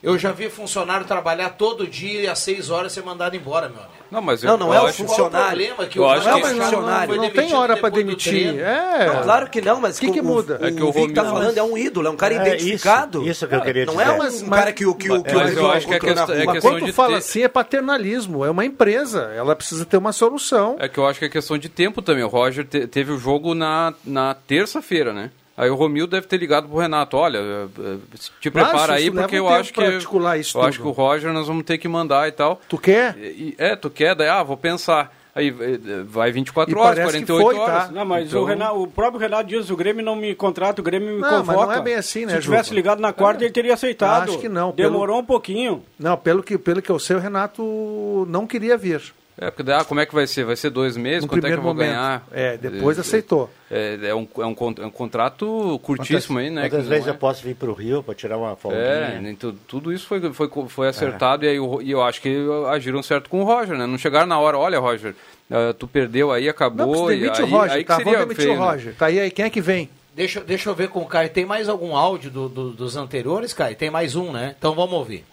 [SPEAKER 3] Eu já vi funcionário trabalhar todo dia e às seis horas ser mandado embora, meu amigo.
[SPEAKER 6] Não, mas eu,
[SPEAKER 3] Não, não
[SPEAKER 6] eu
[SPEAKER 3] é o
[SPEAKER 6] acho-
[SPEAKER 3] funcionário.
[SPEAKER 6] Eu acho que
[SPEAKER 3] Eu acho que-
[SPEAKER 6] esse
[SPEAKER 3] Não, mas não-
[SPEAKER 6] funcionário-
[SPEAKER 3] foi
[SPEAKER 7] Não tem hora para demitir.
[SPEAKER 9] treino.
[SPEAKER 7] É.
[SPEAKER 9] Não, claro que não, mas
[SPEAKER 7] O que que
[SPEAKER 9] o-
[SPEAKER 7] muda?
[SPEAKER 9] O,
[SPEAKER 7] É
[SPEAKER 9] é
[SPEAKER 7] que
[SPEAKER 9] que
[SPEAKER 7] o
[SPEAKER 9] o Vic tá
[SPEAKER 7] Romildo-
[SPEAKER 9] falando é um ídolo, é um cara
[SPEAKER 7] É,
[SPEAKER 9] identificado.
[SPEAKER 7] isso- isso que eu queria
[SPEAKER 9] Não
[SPEAKER 7] dizer.
[SPEAKER 9] é um,
[SPEAKER 7] Mas-
[SPEAKER 9] um
[SPEAKER 7] mas-
[SPEAKER 9] cara que o que o que o
[SPEAKER 6] Mas eu acho que é
[SPEAKER 9] colocou na
[SPEAKER 6] questão- é
[SPEAKER 9] rua.
[SPEAKER 7] Mas
[SPEAKER 6] questão
[SPEAKER 7] quando
[SPEAKER 6] de
[SPEAKER 7] fala
[SPEAKER 6] ter-
[SPEAKER 7] assim é paternalismo, é uma empresa, ela precisa ter uma solução.
[SPEAKER 6] É que eu acho que é questão de tempo também. O Roger te- teve o jogo na, na terça-feira, né? Aí o Romildo deve ter ligado pro Renato, olha, eh, eh, te
[SPEAKER 7] Claro, isso
[SPEAKER 6] prepara aí
[SPEAKER 7] leva
[SPEAKER 6] porque
[SPEAKER 7] um
[SPEAKER 6] eu
[SPEAKER 7] tempo
[SPEAKER 6] acho que
[SPEAKER 7] pra articular isso
[SPEAKER 6] eu acho que
[SPEAKER 7] tudo.
[SPEAKER 6] o Roger nós vamos ter que mandar e tal.
[SPEAKER 7] Tu quer?
[SPEAKER 6] é, tu quer, daí ah, vou pensar. Aí eh, vai 24
[SPEAKER 7] E
[SPEAKER 6] horas,
[SPEAKER 7] parece que
[SPEAKER 6] 48
[SPEAKER 7] foi,
[SPEAKER 6] horas.
[SPEAKER 7] tá?
[SPEAKER 8] Não, mas
[SPEAKER 6] Então-
[SPEAKER 8] o, Renato, o próprio Renato diz, o Grêmio não me contrata, o Grêmio me
[SPEAKER 7] Não, mas
[SPEAKER 8] convoca.
[SPEAKER 7] não é bem assim, né,
[SPEAKER 8] Se tivesse
[SPEAKER 7] Juba?
[SPEAKER 8] ligado na quarta, ele teria aceitado.
[SPEAKER 7] Acho que não, pelo-
[SPEAKER 8] Demorou um pouquinho.
[SPEAKER 7] Não, pelo que, pelo que eu sei, o Renato não queria vir.
[SPEAKER 6] É, porque daí, ah, como é que vai ser? Vai ser dois meses?
[SPEAKER 7] No
[SPEAKER 6] Quanto é que
[SPEAKER 7] primeiro
[SPEAKER 6] eu vou
[SPEAKER 7] momento.
[SPEAKER 6] ganhar? Eh,
[SPEAKER 7] É, depois aceitou.
[SPEAKER 6] É, é um, é, um, con- é um contrato curtíssimo aí, né? que
[SPEAKER 11] Quantas
[SPEAKER 6] não
[SPEAKER 11] vezes
[SPEAKER 6] é-
[SPEAKER 11] eu posso vir para o Rio para tirar uma folga?
[SPEAKER 6] É, nem tu- tudo isso foi, foi, foi acertado e, aí, o- e eu acho que agiram certo com o Roger, né? Não chegaram na hora, olha, Roger, ah, tu perdeu aí,
[SPEAKER 7] Não,
[SPEAKER 6] acabou.
[SPEAKER 7] precisa
[SPEAKER 6] e
[SPEAKER 7] demite
[SPEAKER 6] aí,
[SPEAKER 7] o Roger,
[SPEAKER 6] aí que
[SPEAKER 7] tá?
[SPEAKER 6] seria
[SPEAKER 7] Vamos demitir
[SPEAKER 6] feio,
[SPEAKER 7] o
[SPEAKER 6] né?
[SPEAKER 7] Roger. Tá aí, aí, quem é que vem?
[SPEAKER 3] Deixa, deixa eu ver com o Caio. Tem mais algum áudio do- do- dos anteriores, Caio? Tem mais um, né? Então vamos ouvir.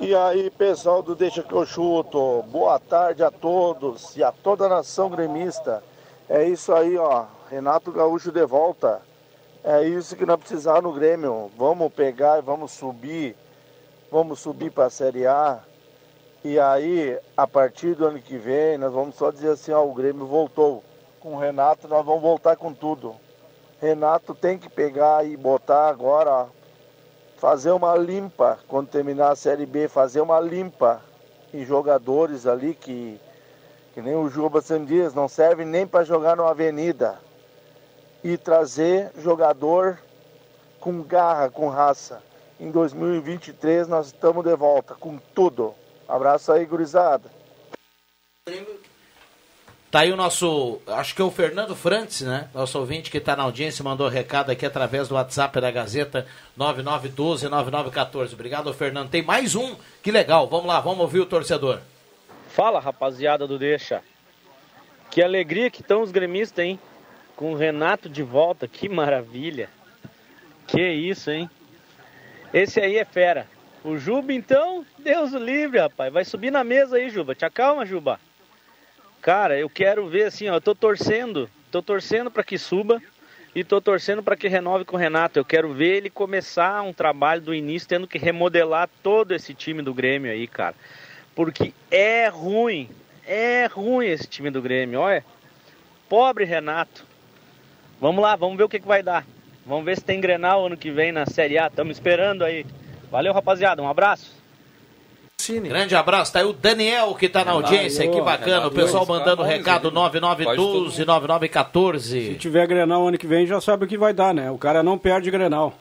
[SPEAKER 14] E aí, pessoal do Deixa que eu chuto, boa tarde a todos e a toda a nação gremista. É isso aí, ó. Renato Gaúcho de volta. É isso que nós precisamos no Grêmio. Vamos pegar e vamos subir. Vamos subir para a Série A. E aí, a partir do ano que vem, nós vamos só dizer assim, ó, o Grêmio voltou. Com o Renato, nós vamos voltar com tudo. Renato tem que pegar e botar agora, ó, fazer uma limpa quando terminar a Série B, fazer uma limpa em jogadores ali que, que nem o Juba sempre diz, não serve nem para jogar numa avenida. E trazer jogador com garra, com raça. Em 2023 nós estamos de volta, com tudo. Abraço aí, gurizada.
[SPEAKER 3] Tá aí o nosso, acho que é o Fernando Frantes, né? Nosso ouvinte que está na audiência, mandou recado aqui através do WhatsApp da Gazeta 9912-9914. Obrigado, Fernando. Tem mais um, que legal. Vamos lá, vamos ouvir o torcedor.
[SPEAKER 15] Fala, rapaziada do Deixa. Que alegria que estão os gremistas, hein? Com o Renato de volta, que maravilha. Que isso, hein? Esse aí é fera. O Juba, então, Deus o livre, rapaz. Vai subir na mesa aí, Juba. Te acalma, Juba. Cara, eu quero ver assim, ó. Eu tô torcendo. Tô torcendo para que suba e tô torcendo para que renove com o Renato. Eu quero ver ele começar um trabalho do início, tendo que remodelar todo esse time do Grêmio aí, cara. Porque é ruim. É ruim esse time do Grêmio, olha. Pobre Renato. Vamos lá, vamos ver o que, que vai dar. Vamos ver se tem Grenal ano que vem na Série A. Tamo esperando aí. Valeu, rapaziada. Um abraço.
[SPEAKER 3] Grande abraço. Tá aí o Daniel que está na
[SPEAKER 15] Valeu,
[SPEAKER 3] audiência. que bacana. O
[SPEAKER 8] Renato,
[SPEAKER 3] pessoal
[SPEAKER 8] tá
[SPEAKER 3] mandando
[SPEAKER 8] bom,
[SPEAKER 3] recado
[SPEAKER 8] Se
[SPEAKER 3] 9912-9914.
[SPEAKER 8] tiver Grenal ano que vem, já sabe o que vai dar, né? O cara não perde Grenal.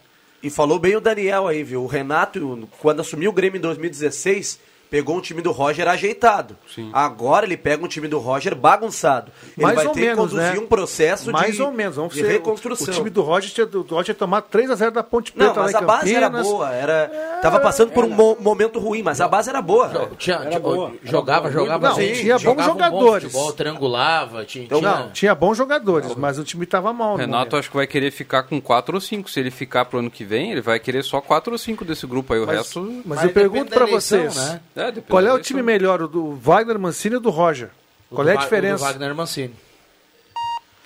[SPEAKER 9] E falou bem o Daniel aí, viu? O Renato, quando assumiu o Grêmio em 2016, Pegou um time do Roger ajeitado. Agora ele pega um time do Roger bagunçado. Ele
[SPEAKER 7] Mais
[SPEAKER 9] vai
[SPEAKER 7] ou
[SPEAKER 9] ter
[SPEAKER 7] menos,
[SPEAKER 9] que conduzir
[SPEAKER 7] né?
[SPEAKER 9] um processo
[SPEAKER 7] Mais
[SPEAKER 9] de,
[SPEAKER 7] ou menos, vamos
[SPEAKER 9] de
[SPEAKER 7] ser-
[SPEAKER 9] reconstrução.
[SPEAKER 7] O time do Roger tinha, do Roger tomar 3x0 da Ponte Preta
[SPEAKER 9] Não,
[SPEAKER 7] lá
[SPEAKER 9] mas
[SPEAKER 7] em
[SPEAKER 9] a base era
[SPEAKER 7] Campinas. É,
[SPEAKER 9] boa, era tava passando por um mo- momento ruim, mas a base era boa.
[SPEAKER 3] Tinha, tipo, jogava, jogava,
[SPEAKER 7] Não,
[SPEAKER 3] bem,
[SPEAKER 7] tinha bons
[SPEAKER 3] jogava um bom
[SPEAKER 7] jogadores.
[SPEAKER 3] futebol, triangulava, tinha,
[SPEAKER 7] Então,
[SPEAKER 3] tinha-
[SPEAKER 7] não, tinha bons jogadores, mas o time estava mal. no momento.
[SPEAKER 6] Renato acho que vai querer ficar com 4 ou 5. Se ele ficar pro ano que vem, ele vai querer só 4 ou 5 desse grupo aí. O
[SPEAKER 7] Mas-
[SPEAKER 6] resto.
[SPEAKER 7] Mas, eu pergunto para vocês:
[SPEAKER 3] né?
[SPEAKER 7] qual é o time melhor, o do Wagner Mancini ou do Roger? Qual é a
[SPEAKER 3] Va-
[SPEAKER 7] diferença?
[SPEAKER 3] do Wagner Mancini.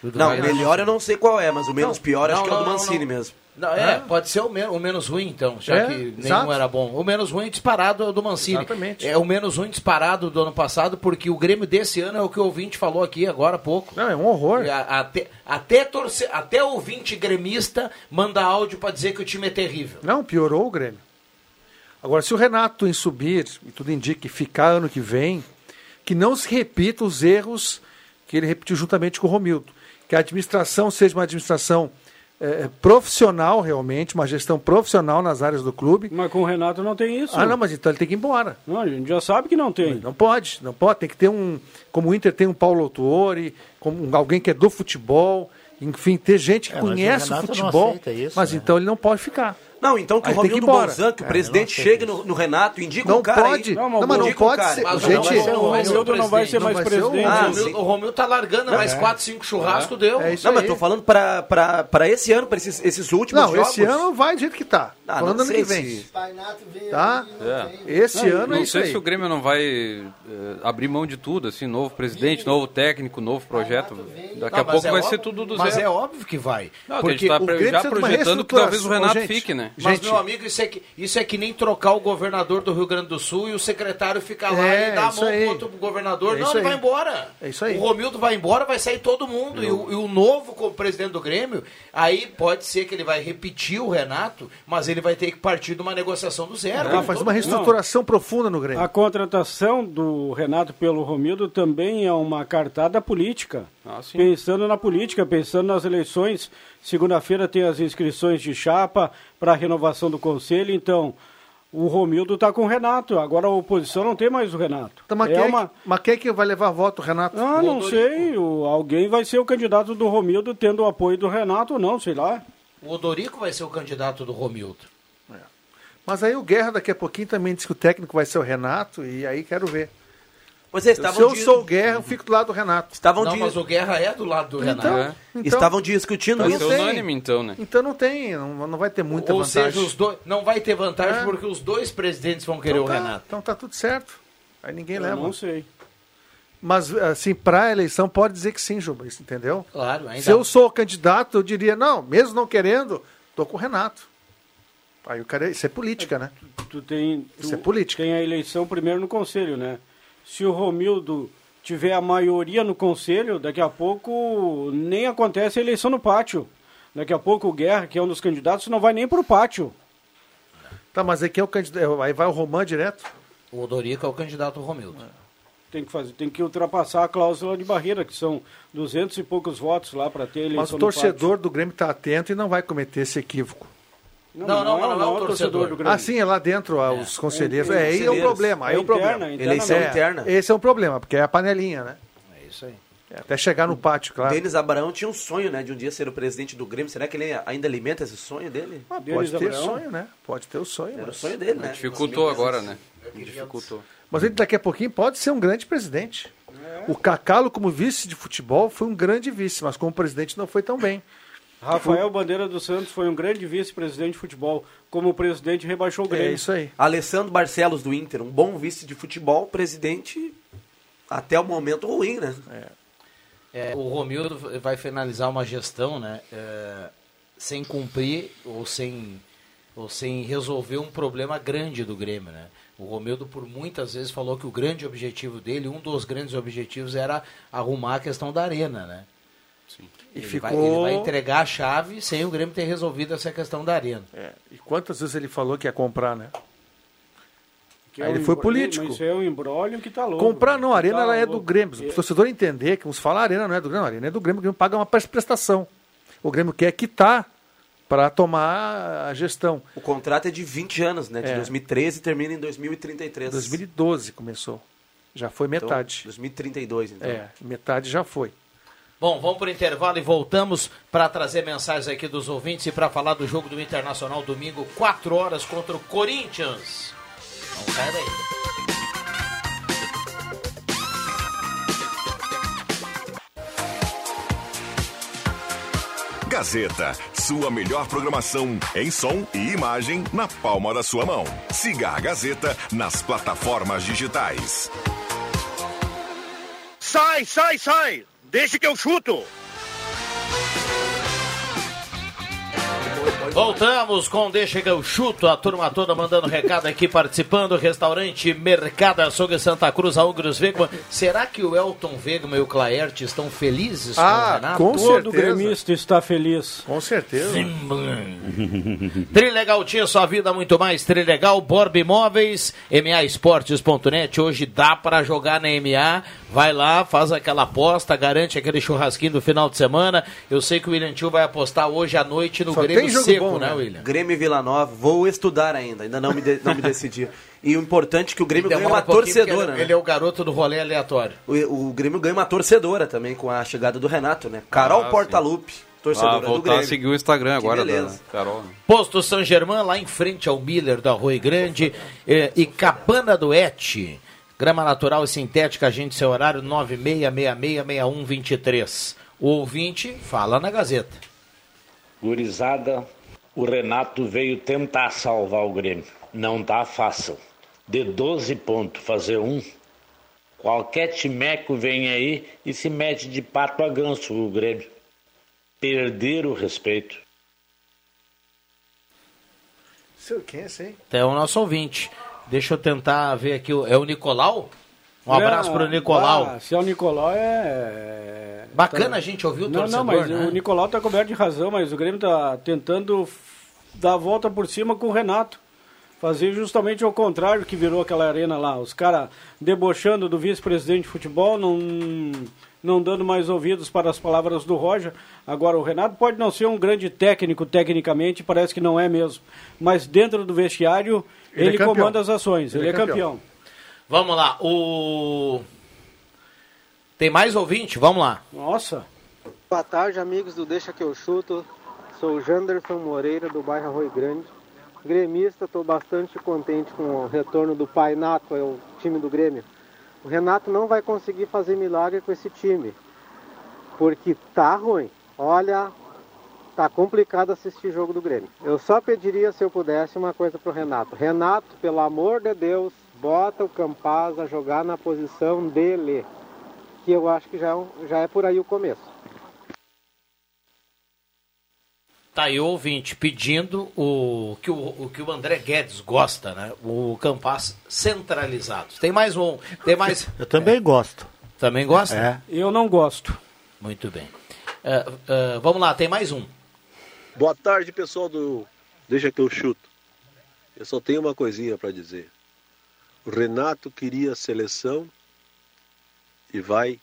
[SPEAKER 3] Do
[SPEAKER 9] Não,
[SPEAKER 3] Wagner
[SPEAKER 9] melhor eu não sei qual é, mas o menos
[SPEAKER 3] Não,
[SPEAKER 9] pior acho
[SPEAKER 3] não,
[SPEAKER 9] que é o do
[SPEAKER 3] não,
[SPEAKER 9] Mancini
[SPEAKER 3] não.
[SPEAKER 9] mesmo.
[SPEAKER 3] Não, é, pode ser o, men- o menos ruim, então, já
[SPEAKER 9] É,
[SPEAKER 3] que nenhum
[SPEAKER 9] exato.
[SPEAKER 3] era bom. O menos ruim disparado é o do Mancini.
[SPEAKER 7] Exatamente.
[SPEAKER 3] É o menos ruim disparado do ano passado, porque o Grêmio desse ano é o que o ouvinte falou aqui agora há pouco.
[SPEAKER 7] Não, é um horror.
[SPEAKER 3] até, até, torce, até ouvinte gremista manda áudio pra dizer que o time é terrível.
[SPEAKER 7] Não, piorou o Grêmio. Agora, se o Renato em subir, e tudo indica que ficar ano que vem, que não se repita os erros que ele repetiu juntamente com o Romildo. Que a administração seja uma administração eh, profissional, realmente, uma gestão profissional nas áreas do clube.
[SPEAKER 8] Mas com o Renato não tem isso.
[SPEAKER 7] Ah, não, mas então ele tem que ir embora.
[SPEAKER 8] Não, a gente já sabe que não tem.
[SPEAKER 7] Não pode, não pode. Tem que ter um. Como o Inter tem um Paulo Autuori, como um- alguém que é do futebol, enfim, ter gente que
[SPEAKER 11] É, mas o
[SPEAKER 7] conhece o,
[SPEAKER 11] Renato não
[SPEAKER 7] futebol.
[SPEAKER 11] aceita isso, né?
[SPEAKER 7] mas então ele não pode ficar.
[SPEAKER 9] Não, então que
[SPEAKER 7] Aí
[SPEAKER 9] o
[SPEAKER 7] tem que ir
[SPEAKER 9] Romildo
[SPEAKER 7] embora.
[SPEAKER 9] Bolzan, que o
[SPEAKER 7] É,
[SPEAKER 9] presidente
[SPEAKER 7] não
[SPEAKER 9] chegue no, no Renato, indica
[SPEAKER 7] Não
[SPEAKER 9] um cara
[SPEAKER 7] pode.
[SPEAKER 9] aí.
[SPEAKER 7] Não, mas não
[SPEAKER 9] Indica um
[SPEAKER 7] pode
[SPEAKER 9] cara.
[SPEAKER 7] ser- Mas não gente, vai ser o
[SPEAKER 9] Romildo
[SPEAKER 7] Romildo não vai ser mais presidente.
[SPEAKER 3] O
[SPEAKER 9] Ah,
[SPEAKER 3] Romildo-
[SPEAKER 9] sim.
[SPEAKER 3] o Romildo tá largando, mais
[SPEAKER 9] É.
[SPEAKER 3] 4, 5 churrasco deu.
[SPEAKER 7] É
[SPEAKER 9] não, mas tô falando pra, pra, pra esse ano, pra esses, esses últimos
[SPEAKER 7] Não,
[SPEAKER 9] jogos.
[SPEAKER 7] esse ano vai do jeito que tá.
[SPEAKER 9] Ah,
[SPEAKER 7] Falando
[SPEAKER 9] não
[SPEAKER 7] ano
[SPEAKER 9] sei
[SPEAKER 7] que vem.
[SPEAKER 9] se-
[SPEAKER 7] Tá? Esse
[SPEAKER 6] Não,
[SPEAKER 7] ano
[SPEAKER 6] não
[SPEAKER 7] é isso
[SPEAKER 6] sei
[SPEAKER 7] aí.
[SPEAKER 6] se o Grêmio não vai eh, abrir mão de tudo, assim, novo presidente, novo técnico, novo projeto. Daqui
[SPEAKER 3] Não,
[SPEAKER 6] a
[SPEAKER 3] mas
[SPEAKER 6] pouco
[SPEAKER 3] é
[SPEAKER 6] vai
[SPEAKER 3] óbvio-
[SPEAKER 6] ser tudo do zero.
[SPEAKER 3] Mas é óbvio que vai.
[SPEAKER 6] Não, que a gente tá pre- já
[SPEAKER 3] precisa de uma
[SPEAKER 6] projetando que talvez o
[SPEAKER 3] reestruturação.
[SPEAKER 6] Renato
[SPEAKER 3] Ô,
[SPEAKER 6] fique, né?
[SPEAKER 3] Mas,
[SPEAKER 6] Gente.
[SPEAKER 3] meu amigo, isso é, que, isso é que nem trocar o governador do Rio Grande do Sul e o secretário ficar lá
[SPEAKER 7] É,
[SPEAKER 3] e dar a
[SPEAKER 7] isso
[SPEAKER 3] mão
[SPEAKER 7] aí.
[SPEAKER 3] pro outro governador.
[SPEAKER 7] É
[SPEAKER 3] Não,
[SPEAKER 7] isso
[SPEAKER 3] ele
[SPEAKER 7] aí.
[SPEAKER 3] vai embora.
[SPEAKER 7] É isso aí.
[SPEAKER 3] O Romildo vai embora, vai sair todo mundo. E o, e o novo como presidente do Grêmio, aí pode ser que ele vai repetir o Renato, mas ele vai ter que partir de uma negociação do zero.
[SPEAKER 7] Ela
[SPEAKER 3] Como
[SPEAKER 7] né? faz
[SPEAKER 3] todo
[SPEAKER 7] uma
[SPEAKER 3] mundo.
[SPEAKER 7] reestruturação profunda no Grêmio.
[SPEAKER 8] A contratação do Renato pelo Romildo também é uma cartada política.
[SPEAKER 6] Nossa,
[SPEAKER 8] Pensando na política, pensando nas eleições. Segunda-feira tem as inscrições de chapa para a renovação do conselho, então o Romildo está com o Renato. Agora a oposição não tem mais o Renato.
[SPEAKER 7] Então, mas,
[SPEAKER 8] é
[SPEAKER 7] quem é
[SPEAKER 8] uma...
[SPEAKER 7] que, mas quem é que vai levar voto, Renato?
[SPEAKER 8] Ah, não sei. o- alguém vai ser o candidato do Romildo tendo o apoio do Renato ou não, sei lá.
[SPEAKER 3] O Odorico vai ser o candidato do Romildo.
[SPEAKER 7] Mas aí o Guerra daqui a pouquinho também diz que o técnico vai ser o Renato, e aí quero ver.
[SPEAKER 9] Pois é,
[SPEAKER 7] Se
[SPEAKER 9] estavam
[SPEAKER 7] eu
[SPEAKER 9] de-
[SPEAKER 7] sou o Guerra, eu fico do lado do Renato.
[SPEAKER 9] Estavam
[SPEAKER 3] Não, mas o Guerra é do lado do
[SPEAKER 7] Então,
[SPEAKER 3] Renato.
[SPEAKER 7] então-
[SPEAKER 9] Estavam discutindo
[SPEAKER 6] É. Vai
[SPEAKER 9] isso.
[SPEAKER 6] ser unânime, então, né?
[SPEAKER 7] Então não tem, não, não vai ter muita
[SPEAKER 3] Ou
[SPEAKER 7] vantagem.
[SPEAKER 3] seja, os dois, não vai ter vantagem
[SPEAKER 7] É.
[SPEAKER 3] porque os dois presidentes vão querer
[SPEAKER 7] então,
[SPEAKER 3] o
[SPEAKER 7] tá,
[SPEAKER 3] Renato.
[SPEAKER 7] Então tá tudo certo. Aí ninguém
[SPEAKER 8] Eu
[SPEAKER 7] leva.
[SPEAKER 8] não sei.
[SPEAKER 7] Mas, assim, para eleição, pode dizer que sim, Juba, isso, entendeu?
[SPEAKER 3] Claro, ainda.
[SPEAKER 7] Se eu sou o candidato, eu diria, não, mesmo não querendo, tô com o Renato. Aí o cara, isso é política, né?
[SPEAKER 8] Tu tem, tu
[SPEAKER 7] Isso é política.
[SPEAKER 8] tem a eleição primeiro no conselho, né? Se o Romildo tiver a maioria no conselho, daqui a pouco nem acontece a eleição no pátio. Daqui a pouco o Guerra, que é um dos candidatos, não vai nem pro pátio.
[SPEAKER 7] Tá, mas aí quem é o candidato? Aí vai o Romã direto?
[SPEAKER 3] O Odorico é o candidato do Romildo.
[SPEAKER 8] Tem que fazer, tem que ultrapassar a cláusula de barreira, que são duzentos e poucos votos lá para ter a eleição
[SPEAKER 7] Mas o
[SPEAKER 8] no pátio.
[SPEAKER 7] torcedor do Grêmio tá atento e não vai cometer esse equívoco.
[SPEAKER 8] Não,
[SPEAKER 3] Não,
[SPEAKER 8] não,
[SPEAKER 3] não,
[SPEAKER 8] não,
[SPEAKER 3] mas
[SPEAKER 8] não, é o torcedor do Grêmio.
[SPEAKER 7] Ah, sim, é lá dentro, ó, os conselheiros.
[SPEAKER 8] É,
[SPEAKER 7] É, aí é o
[SPEAKER 8] conselheiros.
[SPEAKER 7] problema, aí é
[SPEAKER 8] É
[SPEAKER 7] o problema.
[SPEAKER 8] interna, interna Eleição
[SPEAKER 7] É,
[SPEAKER 9] interna.
[SPEAKER 7] Esse é um problema, porque é a panelinha, né?
[SPEAKER 3] É isso aí.
[SPEAKER 7] Até chegar no pátio, claro.
[SPEAKER 9] Denis Abraão tinha um sonho, né, de um dia ser o presidente do Grêmio. Será que ele ainda alimenta esse sonho dele?
[SPEAKER 7] Ah, pode ter sonho, né? Pode ter o sonho.
[SPEAKER 9] Era o
[SPEAKER 7] mas-
[SPEAKER 9] sonho dele, né?
[SPEAKER 6] Dificultou agora, né? Dificultou.
[SPEAKER 7] Mas ele daqui a pouquinho pode ser um grande presidente.
[SPEAKER 8] É.
[SPEAKER 7] O Cacalo, como vice de futebol, foi um grande vice, mas como presidente não foi tão bem.
[SPEAKER 8] Rafael Bandeira dos Santos foi um grande vice-presidente de futebol. Como presidente, rebaixou o
[SPEAKER 7] É
[SPEAKER 8] Grêmio.
[SPEAKER 9] Alessandro Barcelos do Inter, um bom vice de futebol, presidente até o momento ruim, né?
[SPEAKER 3] É, o Romildo vai finalizar uma gestão, né? é, sem cumprir ou sem, ou sem resolver um problema grande do Grêmio, né? O Romildo por muitas vezes falou que o grande objetivo dele, um dos grandes objetivos era arrumar a questão da arena, né?
[SPEAKER 7] E
[SPEAKER 3] ele,
[SPEAKER 7] ficou-
[SPEAKER 3] vai, ele vai entregar a chave sem o Grêmio ter resolvido essa questão da arena.
[SPEAKER 7] É, E quantas vezes ele falou que ia comprar, né?
[SPEAKER 8] Que é
[SPEAKER 7] Aí
[SPEAKER 8] um
[SPEAKER 7] ele foi
[SPEAKER 8] embrólio,
[SPEAKER 7] político.
[SPEAKER 8] mas Isso é um embrólio que tá louco.
[SPEAKER 7] Comprar não, a
[SPEAKER 8] Que
[SPEAKER 7] arena
[SPEAKER 8] tá
[SPEAKER 7] ela é
[SPEAKER 8] louco.
[SPEAKER 7] do Grêmio. O torcedor entender que uns falam a arena não é do Grêmio, a arena é do Grêmio, o Grêmio paga uma prestação. O Grêmio quer quitar para tomar a gestão.
[SPEAKER 9] O contrato é de 20 anos, né? De
[SPEAKER 7] É.
[SPEAKER 9] 2013 e termina em 2033.
[SPEAKER 7] 2012 começou. Já foi
[SPEAKER 9] Então,
[SPEAKER 7] metade.
[SPEAKER 9] 2032, então.
[SPEAKER 7] É, metade já foi.
[SPEAKER 3] Bom, vamos para o intervalo e voltamos para trazer mensagens aqui dos ouvintes e para falar do jogo do Internacional domingo, 4 horas contra o Corinthians. Não sai daí.
[SPEAKER 1] Gazeta, sua melhor programação em som e imagem na palma da sua mão. Siga a Gazeta nas plataformas digitais.
[SPEAKER 2] Sai, sai, sai! Deixa que eu chuto!
[SPEAKER 3] Voltamos com Deixa que eu chuto, a turma toda mandando recado aqui, participando, restaurante Mercado Açougue Santa Cruz, a Ugros Vegman. Será que o Elton Vegman e o Claert estão felizes
[SPEAKER 8] Ah,
[SPEAKER 3] com o Renato?
[SPEAKER 8] Todo gremista está feliz.
[SPEAKER 7] Com certeza.
[SPEAKER 3] Trilegal tinha sua vida muito mais. Trilegal, Borb Imóveis, maesportes.net. Hoje dá para jogar na MA. Vai lá, faz aquela aposta, garante aquele churrasquinho do final de semana. Eu sei que o William Tio vai apostar hoje à noite no Grêmio Seco, né, William?
[SPEAKER 9] Grêmio e Vila Nova, vou estudar ainda, ainda não me, de- não me decidi. E o importante é que o Grêmio ganha
[SPEAKER 3] Demora
[SPEAKER 9] uma
[SPEAKER 3] um pouquinho,
[SPEAKER 9] torcedora. né?
[SPEAKER 3] porque ele- é ele é o garoto do rolê aleatório.
[SPEAKER 9] O, o Grêmio ganha uma torcedora também com a chegada do Renato, né? Carol
[SPEAKER 6] Ah, sim.
[SPEAKER 9] Portalupe, torcedora
[SPEAKER 6] ah,
[SPEAKER 9] do
[SPEAKER 6] voltar a
[SPEAKER 9] Grêmio.
[SPEAKER 6] seguir o Instagram
[SPEAKER 9] Que
[SPEAKER 6] agora, da
[SPEAKER 9] beleza.
[SPEAKER 6] Carol. né?
[SPEAKER 3] Posto São Germán, lá em frente ao Miller do Arroio Grande eh, e Cabana do Et. Grama natural e sintética, agende seu horário 96666123. O ouvinte fala na Gazeta.
[SPEAKER 16] Gurizada, o Renato veio tentar salvar o Grêmio. Não tá fácil. De 12 pontos fazer um. Qualquer timeco vem aí e se mete de pato a ganso o Grêmio. Perder o respeito.
[SPEAKER 7] Seu, quem é esse, hein?
[SPEAKER 3] Até Então, o nosso ouvinte. Deixa eu tentar ver aqui. o- É o Nicolau? Um
[SPEAKER 8] É,
[SPEAKER 3] abraço para o Nicolau.
[SPEAKER 8] Ah, se é o Nicolau é.
[SPEAKER 3] Bacana
[SPEAKER 8] tá-
[SPEAKER 3] a gente ouvir o
[SPEAKER 8] não,
[SPEAKER 3] torcedor,
[SPEAKER 8] Não, mas
[SPEAKER 3] né?
[SPEAKER 8] o Nicolau tá coberto de razão, mas o Grêmio tá tentando f- dar a volta por cima com o Renato. Fazer justamente o contrário que virou aquela arena lá. Os caras debochando do vice-presidente de futebol, não, não dando mais ouvidos para as palavras do Roger. Agora, o Renato pode não ser um grande técnico, tecnicamente, parece que não é mesmo. Mas dentro do vestiário,
[SPEAKER 3] Ele é
[SPEAKER 8] ele,
[SPEAKER 3] campeão.
[SPEAKER 8] comanda as ações, ele, é campeão.
[SPEAKER 3] Vamos lá. O. Tem mais ouvinte? Vamos lá.
[SPEAKER 8] Nossa.
[SPEAKER 17] Boa tarde, amigos do Deixa Que Eu Chuto. Sou o Janderson Moreira, do bairro Arroio Grande. Gremista, estou bastante contente com o retorno do Painato ao time do Grêmio. O Renato não vai conseguir fazer milagre com esse time, porque tá ruim. Olha, tá complicado assistir jogo do Grêmio. Eu só pediria, se eu pudesse, uma coisa pro Renato. Renato, pelo amor de Deus, bota o Campaz a jogar na posição dele, que eu acho que já é um- já é por aí o começo.
[SPEAKER 3] Tá aí o ouvinte pedindo o que o, o que o André Guedes gosta, né? O Campas centralizado. Tem mais um.
[SPEAKER 6] É,
[SPEAKER 3] Tem mais.
[SPEAKER 11] Eu também gosto.
[SPEAKER 3] Também gosta?
[SPEAKER 11] É.
[SPEAKER 8] Eu não gosto.
[SPEAKER 3] Muito bem. É, é, vamos lá, tem mais um.
[SPEAKER 18] Boa tarde, pessoal do Deixa que eu chuto. Eu só tenho uma coisinha para dizer. O Renato queria a seleção e vai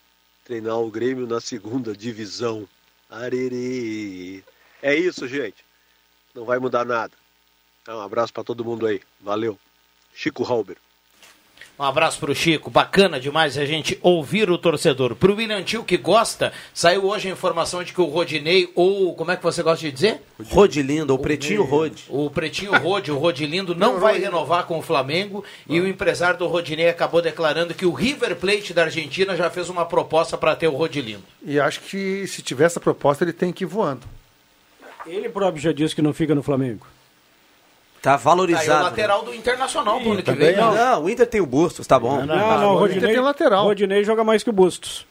[SPEAKER 18] treinar o Grêmio na segunda divisão. Arerê. É isso, gente. Não vai mudar nada. É Um abraço para todo mundo aí. Valeu. Chico Halber.
[SPEAKER 3] Um abraço pro Chico, bacana demais a gente ouvir o torcedor. Pro William Tio que gosta, saiu hoje a informação de que o Rodinei, ou como é que você gosta de dizer?
[SPEAKER 9] Rodilindo, o Pretinho Rod.
[SPEAKER 3] O Pretinho Rode, o Rodilindo, não vai renovar com o Flamengo. E o empresário do Rodinei acabou declarando que o River Plate da Argentina já fez uma proposta para ter o Rodilindo.
[SPEAKER 7] E acho que se tiver essa proposta, ele tem que ir voando.
[SPEAKER 8] Ele próprio já disse que não fica no Flamengo.
[SPEAKER 9] Tá valorizado.
[SPEAKER 3] Aí o lateral do Internacional pro ano que vem.
[SPEAKER 9] não, não, o Inter tem o Bustos, tá bom.
[SPEAKER 8] tá Não, não, o Rodinei lateral. Rodinei joga mais que o Bustos.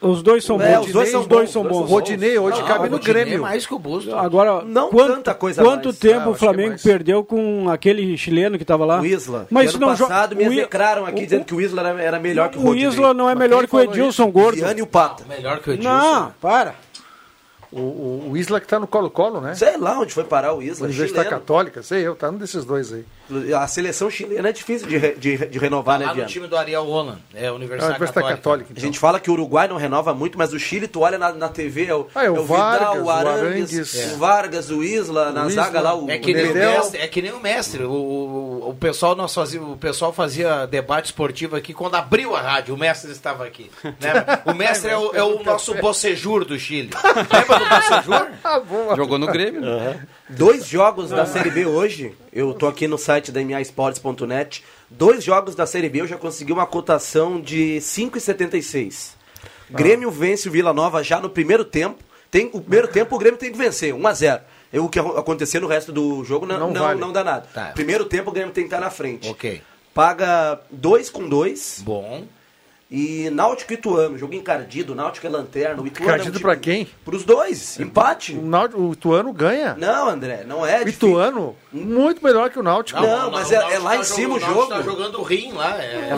[SPEAKER 8] Os dois são
[SPEAKER 9] É,
[SPEAKER 8] bons.
[SPEAKER 9] os dois são
[SPEAKER 8] os dois
[SPEAKER 9] bons,
[SPEAKER 8] são
[SPEAKER 9] os dois
[SPEAKER 8] bons. Ah,
[SPEAKER 9] são bons. Rodinei é hoje cabe no
[SPEAKER 8] Rodinei é
[SPEAKER 9] Grêmio.
[SPEAKER 3] mais que o Busto.
[SPEAKER 8] Agora,
[SPEAKER 9] Não
[SPEAKER 8] quanto,
[SPEAKER 9] tanta coisa
[SPEAKER 8] Quanto
[SPEAKER 9] mais.
[SPEAKER 8] tempo
[SPEAKER 9] Ah, eu
[SPEAKER 8] o
[SPEAKER 9] acho que
[SPEAKER 8] Flamengo perdeu com aquele chileno que estava lá?
[SPEAKER 9] O Isla.
[SPEAKER 8] Mas
[SPEAKER 9] E
[SPEAKER 8] não
[SPEAKER 9] ano passado
[SPEAKER 8] joga.
[SPEAKER 9] me execraram aqui dizendo que o Isla era, era melhor que o
[SPEAKER 8] o
[SPEAKER 9] Rodinei.
[SPEAKER 8] Isla não é melhor que o Edilson Gordo.
[SPEAKER 9] Viane e o Pata.
[SPEAKER 3] melhor que
[SPEAKER 8] Não, para.
[SPEAKER 7] O, o, o Isla que está no Colo-Colo, né?
[SPEAKER 9] Sei lá onde foi parar o Isla.
[SPEAKER 7] Universidade
[SPEAKER 9] chileno.
[SPEAKER 7] Católica, sei eu, tá um desses dois aí.
[SPEAKER 9] A seleção chilena é difícil de, re- de, de renovar, né,
[SPEAKER 3] Lá no
[SPEAKER 9] Diana?
[SPEAKER 3] time do Ariel Holland, é Universidade, Católica.
[SPEAKER 9] A gente fala que o Uruguai não renova muito, mas o Chile, tu olha na, na TV, é o,
[SPEAKER 3] Ah, é o Vargas,
[SPEAKER 9] o
[SPEAKER 3] o
[SPEAKER 9] Arangues, é.
[SPEAKER 3] Arangues.
[SPEAKER 9] o Vargas, o Isla, na zaga lá, o
[SPEAKER 3] é, que nem o
[SPEAKER 9] Nedel.
[SPEAKER 3] mestre, é que nem o mestre. O, o, o pessoal nós fazia, o pessoal fazia debate esportivo aqui quando abriu a rádio. O mestre estava aqui. né? O mestre é o, é o nosso bocejur do Chile.
[SPEAKER 6] Jogou no Grêmio, né?
[SPEAKER 9] Aham. Dois jogos da Série B hoje, eu tô aqui no site da MAsports.net, dois jogos da Série B eu já consegui uma cotação de 5,76. Grêmio vence o Vila Nova já no primeiro tempo. Tem, o primeiro tempo o Grêmio tem que vencer, 1 a 0 E o que a- acontecer no resto do jogo não,
[SPEAKER 3] Não
[SPEAKER 9] não,
[SPEAKER 3] vale.
[SPEAKER 9] não dá nada.
[SPEAKER 3] Tá.
[SPEAKER 9] Primeiro tempo o Grêmio tem que estar na frente.
[SPEAKER 3] Ok.
[SPEAKER 9] Paga 2 com 2.
[SPEAKER 3] Bom.
[SPEAKER 9] E Náutico e Ituano, jogo encardido, Náutico é lanterna, o Ituano é um
[SPEAKER 7] Cardido
[SPEAKER 9] time-
[SPEAKER 7] pra quem?
[SPEAKER 9] Pros dois, empate.
[SPEAKER 7] O, Náutico, o Ituano ganha.
[SPEAKER 9] Não, André, não é Hum.
[SPEAKER 7] O Ituano, muito melhor que o Náutico.
[SPEAKER 9] Não, Não, mas não, é- o é lá Náutico em tá cima o jogando- o jogo.
[SPEAKER 3] Tá jogando o rim lá. É,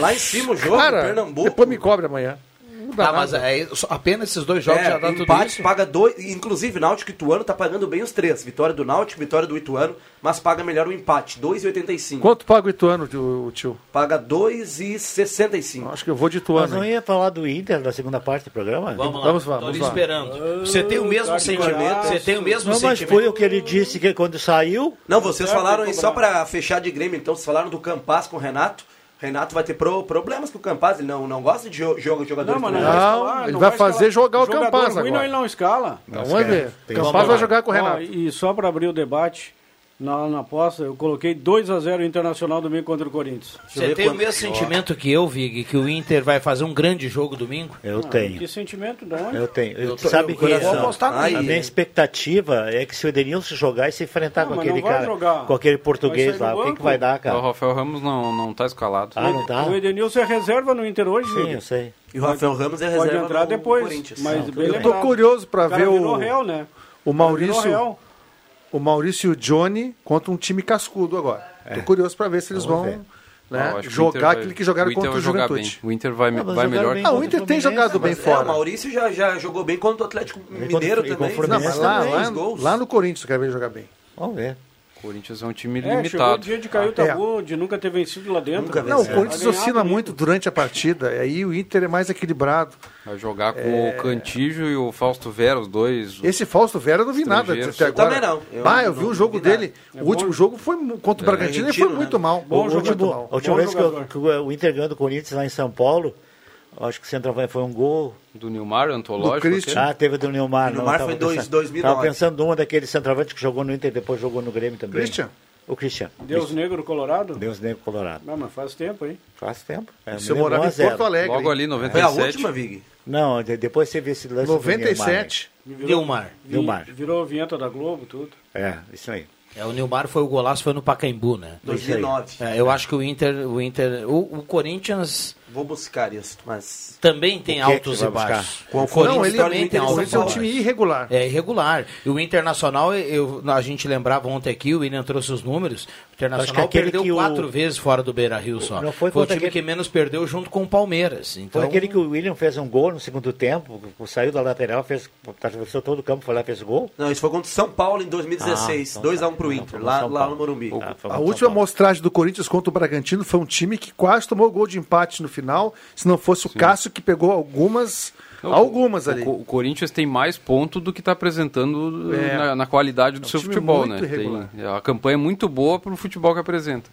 [SPEAKER 7] Cara, depois me cobra amanhã. Não dá
[SPEAKER 3] Tá, mas
[SPEAKER 7] nada.
[SPEAKER 3] é, isso, apenas esses dois jogos
[SPEAKER 9] É,
[SPEAKER 3] já dá tudo
[SPEAKER 9] empate,
[SPEAKER 3] isso.
[SPEAKER 9] paga dois. Inclusive, Náutico e Ituano tá pagando bem os três. Vitória do Náutico, vitória do Ituano, mas paga melhor o empate, 2,85.
[SPEAKER 7] Quanto paga o Ituano, tio? tio?
[SPEAKER 9] Paga 2,65.
[SPEAKER 7] Acho que eu vou de
[SPEAKER 11] Mas
[SPEAKER 7] Ituano.
[SPEAKER 11] não ia falar do Inter da segunda parte do programa?
[SPEAKER 7] Vamos lá, Vamos lá, tô ali vamos lá.
[SPEAKER 3] esperando. Você tem o mesmo sentimento, você tem o mesmo
[SPEAKER 11] não,
[SPEAKER 3] sentimento.
[SPEAKER 11] Mas foi o que ele disse que quando saiu...
[SPEAKER 9] Não, vocês falaram
[SPEAKER 8] então
[SPEAKER 9] aí, só pra fechar de Grêmio, então, vocês falaram do Campaz com o Renato. Renato vai ter pro- problemas com o Campaz, ele não, não gosta de jo jogo, jogador
[SPEAKER 8] Não, mas não
[SPEAKER 7] Não,
[SPEAKER 9] tá
[SPEAKER 8] vai escalar,
[SPEAKER 7] ele
[SPEAKER 8] não
[SPEAKER 7] vai
[SPEAKER 8] vai escalar.
[SPEAKER 7] fazer jogar o
[SPEAKER 8] Jogador
[SPEAKER 7] Campaz
[SPEAKER 8] ruim,
[SPEAKER 7] agora.
[SPEAKER 8] não, ele não escala.
[SPEAKER 7] Não, vamos ver. Tem Campaz uma- vai jogar com o
[SPEAKER 8] Ó,
[SPEAKER 7] Renato.
[SPEAKER 8] E só para abrir o debate, na, na aposta, eu coloquei 2x0 Internacional domingo contra o Corinthians.
[SPEAKER 3] Você tem o mesmo sentimento que eu, Vig, que o Inter vai fazer um grande jogo domingo?
[SPEAKER 11] Eu tenho.
[SPEAKER 8] Ah, Que sentimento, de onde?
[SPEAKER 11] Eu tenho. Eu
[SPEAKER 3] tô-
[SPEAKER 11] sabe
[SPEAKER 3] eu
[SPEAKER 11] que
[SPEAKER 3] vou apostar
[SPEAKER 11] a
[SPEAKER 3] nele.
[SPEAKER 11] minha expectativa é que se o Edenilson jogar e se enfrentar
[SPEAKER 8] Não,
[SPEAKER 11] com
[SPEAKER 8] mas não
[SPEAKER 11] aquele
[SPEAKER 8] vai
[SPEAKER 11] cara,
[SPEAKER 8] jogar.
[SPEAKER 11] com aquele
[SPEAKER 8] Vai
[SPEAKER 11] português
[SPEAKER 8] sair
[SPEAKER 11] lá,
[SPEAKER 8] do
[SPEAKER 11] o que, que
[SPEAKER 8] banco.
[SPEAKER 11] vai dar, cara?
[SPEAKER 6] O Rafael Ramos não, não tá escalado.
[SPEAKER 11] Ah, não tá?
[SPEAKER 8] O Edenilson é reserva no Inter hoje,
[SPEAKER 11] Sim,
[SPEAKER 8] né?
[SPEAKER 11] eu sei.
[SPEAKER 9] E o Rafael Ramos é
[SPEAKER 8] Pode
[SPEAKER 9] reserva
[SPEAKER 8] entrar
[SPEAKER 9] no
[SPEAKER 8] depois.
[SPEAKER 9] Corinthians.
[SPEAKER 8] Mas
[SPEAKER 9] Não,
[SPEAKER 8] bem
[SPEAKER 7] Eu tô
[SPEAKER 8] lembrado.
[SPEAKER 7] curioso pra
[SPEAKER 8] cara
[SPEAKER 7] ver
[SPEAKER 8] virou
[SPEAKER 7] o,
[SPEAKER 8] réu, né? Cara
[SPEAKER 7] o
[SPEAKER 8] virou
[SPEAKER 7] Maurício.
[SPEAKER 8] réu.
[SPEAKER 7] O Maurício e o Johnny contra um time cascudo agora. Tô curioso pra ver se eles
[SPEAKER 6] É. Vamos
[SPEAKER 7] vão né,
[SPEAKER 6] Ah, eu acho que o Inter
[SPEAKER 7] jogar
[SPEAKER 6] vai-
[SPEAKER 7] aquele que jogaram
[SPEAKER 6] o Inter
[SPEAKER 7] contra o
[SPEAKER 6] vai jogar
[SPEAKER 7] Juventude.
[SPEAKER 6] bem. O Inter vai,
[SPEAKER 7] Ah, mas
[SPEAKER 6] vai
[SPEAKER 7] jogaram
[SPEAKER 6] melhor.
[SPEAKER 7] bem Ah, o contra o Inter tem Fluminense, jogado bem
[SPEAKER 9] Mas, é,
[SPEAKER 7] fora.
[SPEAKER 9] o Maurício já, já jogou bem contra o Atlético Mineiro
[SPEAKER 11] e com o
[SPEAKER 9] também.
[SPEAKER 7] Não, mas lá,
[SPEAKER 9] também,
[SPEAKER 7] lá-
[SPEAKER 9] os gols.
[SPEAKER 7] lá no Corinthians eu quero ver ele jogar bem.
[SPEAKER 11] Vamos ver.
[SPEAKER 6] O Corinthians é um time
[SPEAKER 8] É, chegou o
[SPEAKER 6] limitado.
[SPEAKER 8] dia de cair o tabu, de nunca ter vencido lá dentro. né?
[SPEAKER 6] Nunca
[SPEAKER 7] Não, o Corinthians
[SPEAKER 8] Vai ganhar
[SPEAKER 7] oscila muito durante a partida. Aí o Inter é mais equilibrado.
[SPEAKER 6] Vai jogar com
[SPEAKER 7] É.
[SPEAKER 6] o Cantígio e o Fausto Vera, os dois.
[SPEAKER 7] Esse Fausto Vera eu não vi nada
[SPEAKER 6] Estrangeiro.
[SPEAKER 7] até
[SPEAKER 6] Eu
[SPEAKER 7] agora.
[SPEAKER 6] também não. Eu
[SPEAKER 7] bah, eu
[SPEAKER 6] não- É
[SPEAKER 7] vi o jogo dele. o último jogo foi mu-
[SPEAKER 11] É,
[SPEAKER 7] contra o Bragantino ele foi muito
[SPEAKER 6] né?
[SPEAKER 7] mal.
[SPEAKER 11] O
[SPEAKER 7] Muito
[SPEAKER 11] último-
[SPEAKER 7] mal.
[SPEAKER 11] né? A última vez que, eu- que o o Inter ganhou do Corinthians lá em São Paulo, acho que o centroavante foi um gol.
[SPEAKER 6] Do Nilmar, antológico. aquele.
[SPEAKER 11] Ah, teve do Nilmar. não,
[SPEAKER 6] Nilmar
[SPEAKER 11] eu tava
[SPEAKER 6] foi dois-
[SPEAKER 11] pensando-
[SPEAKER 6] 2009.
[SPEAKER 11] Tava pensando numa daqueles centroavantes que jogou no Inter e depois jogou no Grêmio também.
[SPEAKER 8] Christian?
[SPEAKER 11] O Christian.
[SPEAKER 8] Deus Negro Colorado?
[SPEAKER 11] Deus Negro Colorado.
[SPEAKER 8] Não, mas faz tempo, hein?
[SPEAKER 11] Faz tempo. É,
[SPEAKER 7] Você
[SPEAKER 11] me lembro
[SPEAKER 7] morava
[SPEAKER 11] um a
[SPEAKER 7] em
[SPEAKER 11] zero.
[SPEAKER 7] Porto Alegre. Logo ali, 97. Foi a última,
[SPEAKER 9] Vig?
[SPEAKER 11] Não, de- depois teve esse lance do né? Nilmar.
[SPEAKER 7] 97.
[SPEAKER 8] Virou-
[SPEAKER 3] Nilmar.
[SPEAKER 8] vi-
[SPEAKER 11] Nilmar.
[SPEAKER 8] Virou vinheta da Globo, tudo.
[SPEAKER 11] É, isso aí.
[SPEAKER 3] É, o Nilmar foi o golaço, foi no Pacaembu, né?
[SPEAKER 9] 2009.
[SPEAKER 3] É, eu acho que o Inter, o Inter, o, o Corinthians
[SPEAKER 9] Vou buscar isso, mas...
[SPEAKER 3] também tem
[SPEAKER 9] O que é que
[SPEAKER 3] altos
[SPEAKER 9] vai
[SPEAKER 3] e baixos.
[SPEAKER 9] buscar? Com é o Corinthians,
[SPEAKER 3] não, ele
[SPEAKER 9] história
[SPEAKER 3] também
[SPEAKER 9] do
[SPEAKER 3] tem
[SPEAKER 9] um Inter, São
[SPEAKER 3] altos e
[SPEAKER 9] Paulo.
[SPEAKER 3] baixos.
[SPEAKER 7] time irregular.
[SPEAKER 3] É irregular. E o Internacional, eu, a gente lembrava ontem aqui, o William trouxe os números. O
[SPEAKER 11] Acho que
[SPEAKER 3] Internacional
[SPEAKER 11] aquele
[SPEAKER 3] perdeu
[SPEAKER 11] que o-
[SPEAKER 3] quatro vezes fora do Beira Rio só.
[SPEAKER 11] Não foi
[SPEAKER 3] o
[SPEAKER 11] contra
[SPEAKER 3] time que menos perdeu junto com o Palmeiras. Então,
[SPEAKER 11] Foi aquele que o William fez um gol no segundo tempo, saiu da lateral, fez, atravessou todo o campo, foi lá e fez o gol.
[SPEAKER 9] Não, isso foi contra o São Paulo em 2016.
[SPEAKER 3] tá
[SPEAKER 11] Ah, então
[SPEAKER 9] 2x1 pro Inter, lá,
[SPEAKER 11] São
[SPEAKER 9] lá no Morumbi.
[SPEAKER 7] A última amostragem do Corinthians contra o Bragantino foi um time que quase tomou gol de empate no final, se não fosse o Cássio que pegou algumas
[SPEAKER 6] Não,
[SPEAKER 7] algumas
[SPEAKER 6] É o-
[SPEAKER 7] ali.
[SPEAKER 6] O, o Corinthians tem mais ponto do que está apresentando
[SPEAKER 7] É.
[SPEAKER 6] na, na qualidade do seu
[SPEAKER 7] time
[SPEAKER 6] futebol,
[SPEAKER 7] muito
[SPEAKER 6] né? Tem-
[SPEAKER 7] irregular.
[SPEAKER 6] a campanha é muito boa para o futebol que apresenta.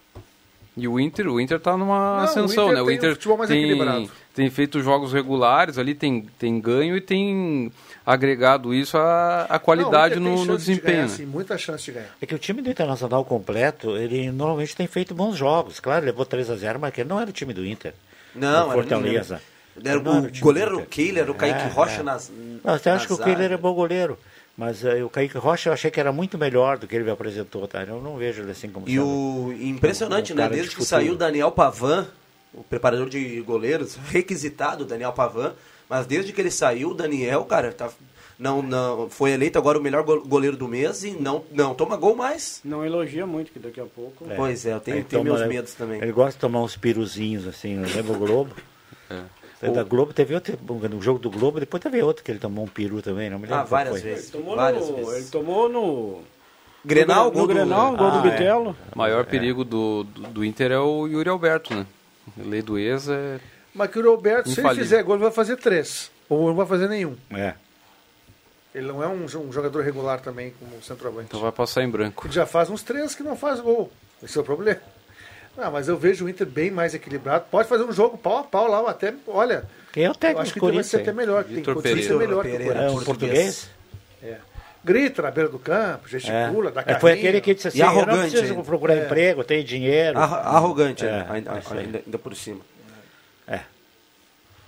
[SPEAKER 6] E o Inter, o Inter tá numa
[SPEAKER 7] Não, o
[SPEAKER 6] ascensão,
[SPEAKER 7] Inter
[SPEAKER 6] né? O
[SPEAKER 7] tem um
[SPEAKER 6] Inter
[SPEAKER 7] futebol mais equilibrado.
[SPEAKER 6] tem, tem feito jogos regulares ali, tem, tem ganho e tem agregado isso à, à qualidade
[SPEAKER 7] Não, o Inter tem
[SPEAKER 6] no, no
[SPEAKER 7] chance de
[SPEAKER 6] desempenho.
[SPEAKER 7] ganhar,
[SPEAKER 6] né?
[SPEAKER 7] sim, muita chance de ganhar.
[SPEAKER 11] É que o time do Internacional completo, ele normalmente tem feito bons jogos. Claro, levou 3 a 0 mas aquele não era o time do Inter.
[SPEAKER 9] Não,
[SPEAKER 11] do
[SPEAKER 9] era
[SPEAKER 11] Fortaleza.
[SPEAKER 9] menino. Era
[SPEAKER 11] Não era
[SPEAKER 9] o,
[SPEAKER 11] o time do
[SPEAKER 9] goleiro
[SPEAKER 11] Inter.
[SPEAKER 9] Keiler, o Kaique
[SPEAKER 11] É,
[SPEAKER 9] Rocha
[SPEAKER 11] é.
[SPEAKER 9] nas.
[SPEAKER 11] Não, você acha
[SPEAKER 9] nas
[SPEAKER 11] que o
[SPEAKER 9] áreas.
[SPEAKER 11] Keiler é bom goleiro, mas eh, o Kaique Rocha eu achei que era muito melhor do que ele me apresentou, tá? Eu não vejo ele assim como
[SPEAKER 9] E
[SPEAKER 11] sendo
[SPEAKER 9] o
[SPEAKER 11] um
[SPEAKER 9] impressionante, né?
[SPEAKER 11] cara de
[SPEAKER 9] Desde que
[SPEAKER 11] futuro.
[SPEAKER 9] saiu o Daniel Pavan, o preparador de goleiros, requisitado o Daniel Pavan, mas desde que ele saiu, o Daniel, cara, tá, não, não, foi eleito agora o melhor go- goleiro do mês e não, não toma gol mais.
[SPEAKER 8] Não elogia muito, que daqui a pouco...
[SPEAKER 9] Pois é, eu tenho,
[SPEAKER 11] Ele
[SPEAKER 9] tenho
[SPEAKER 11] toma-
[SPEAKER 9] meus medos também.
[SPEAKER 11] Ele gosta de tomar uns piruzinhos assim, lembra o Globo? Da, da Globo teve outro, no jogo do Globo, depois teve outro que ele tomou um peru também, não me lembro.
[SPEAKER 9] Ah,
[SPEAKER 11] qual
[SPEAKER 9] várias
[SPEAKER 11] foi.
[SPEAKER 9] vezes.
[SPEAKER 8] Tomou
[SPEAKER 9] várias
[SPEAKER 8] no-
[SPEAKER 9] vezes.
[SPEAKER 8] Ele tomou no.
[SPEAKER 9] Grenal,
[SPEAKER 8] no,
[SPEAKER 9] gol do-
[SPEAKER 8] Grenal, gol do
[SPEAKER 9] Ah, é.
[SPEAKER 8] Bitelo.
[SPEAKER 6] O maior perigo do, do, do Inter é o Yuri Alberto, né? Lei do ex é.
[SPEAKER 7] Mas que o Roberto, se ele
[SPEAKER 6] Infalível.
[SPEAKER 7] fizer gol, ele vai fazer três. Ou não vai fazer nenhum.
[SPEAKER 11] É.
[SPEAKER 7] Ele não é um, jo- um jogador regular também, como um centroavante.
[SPEAKER 6] Então vai passar em branco.
[SPEAKER 7] Ele já faz uns três que não faz gol. Esse é o problema. Ah, mas eu vejo o Inter bem mais equilibrado. Pode fazer um jogo pau a pau lá, até. Olha.
[SPEAKER 11] Quem é o técnico
[SPEAKER 7] eu acho que
[SPEAKER 11] do
[SPEAKER 7] o Inter vai ser
[SPEAKER 11] Corinthians,
[SPEAKER 7] até
[SPEAKER 11] hein?
[SPEAKER 7] melhor. que Tem
[SPEAKER 11] Vitor
[SPEAKER 7] condições de ser
[SPEAKER 11] Pereira.
[SPEAKER 7] melhor que o
[SPEAKER 11] Pereira,
[SPEAKER 7] Corinthians.
[SPEAKER 11] um português?
[SPEAKER 7] É. Grita na beira do campo, gesticula, dá
[SPEAKER 11] É,
[SPEAKER 7] carrinho.
[SPEAKER 11] Foi aquele que disse assim, eu não preciso
[SPEAKER 9] ainda.
[SPEAKER 11] procurar
[SPEAKER 9] É.
[SPEAKER 11] emprego, eu tenho dinheiro.
[SPEAKER 9] Arro- arrogante, né?
[SPEAKER 11] É,
[SPEAKER 9] ainda,
[SPEAKER 11] é isso aí.
[SPEAKER 9] ainda- ainda por cima.
[SPEAKER 11] É.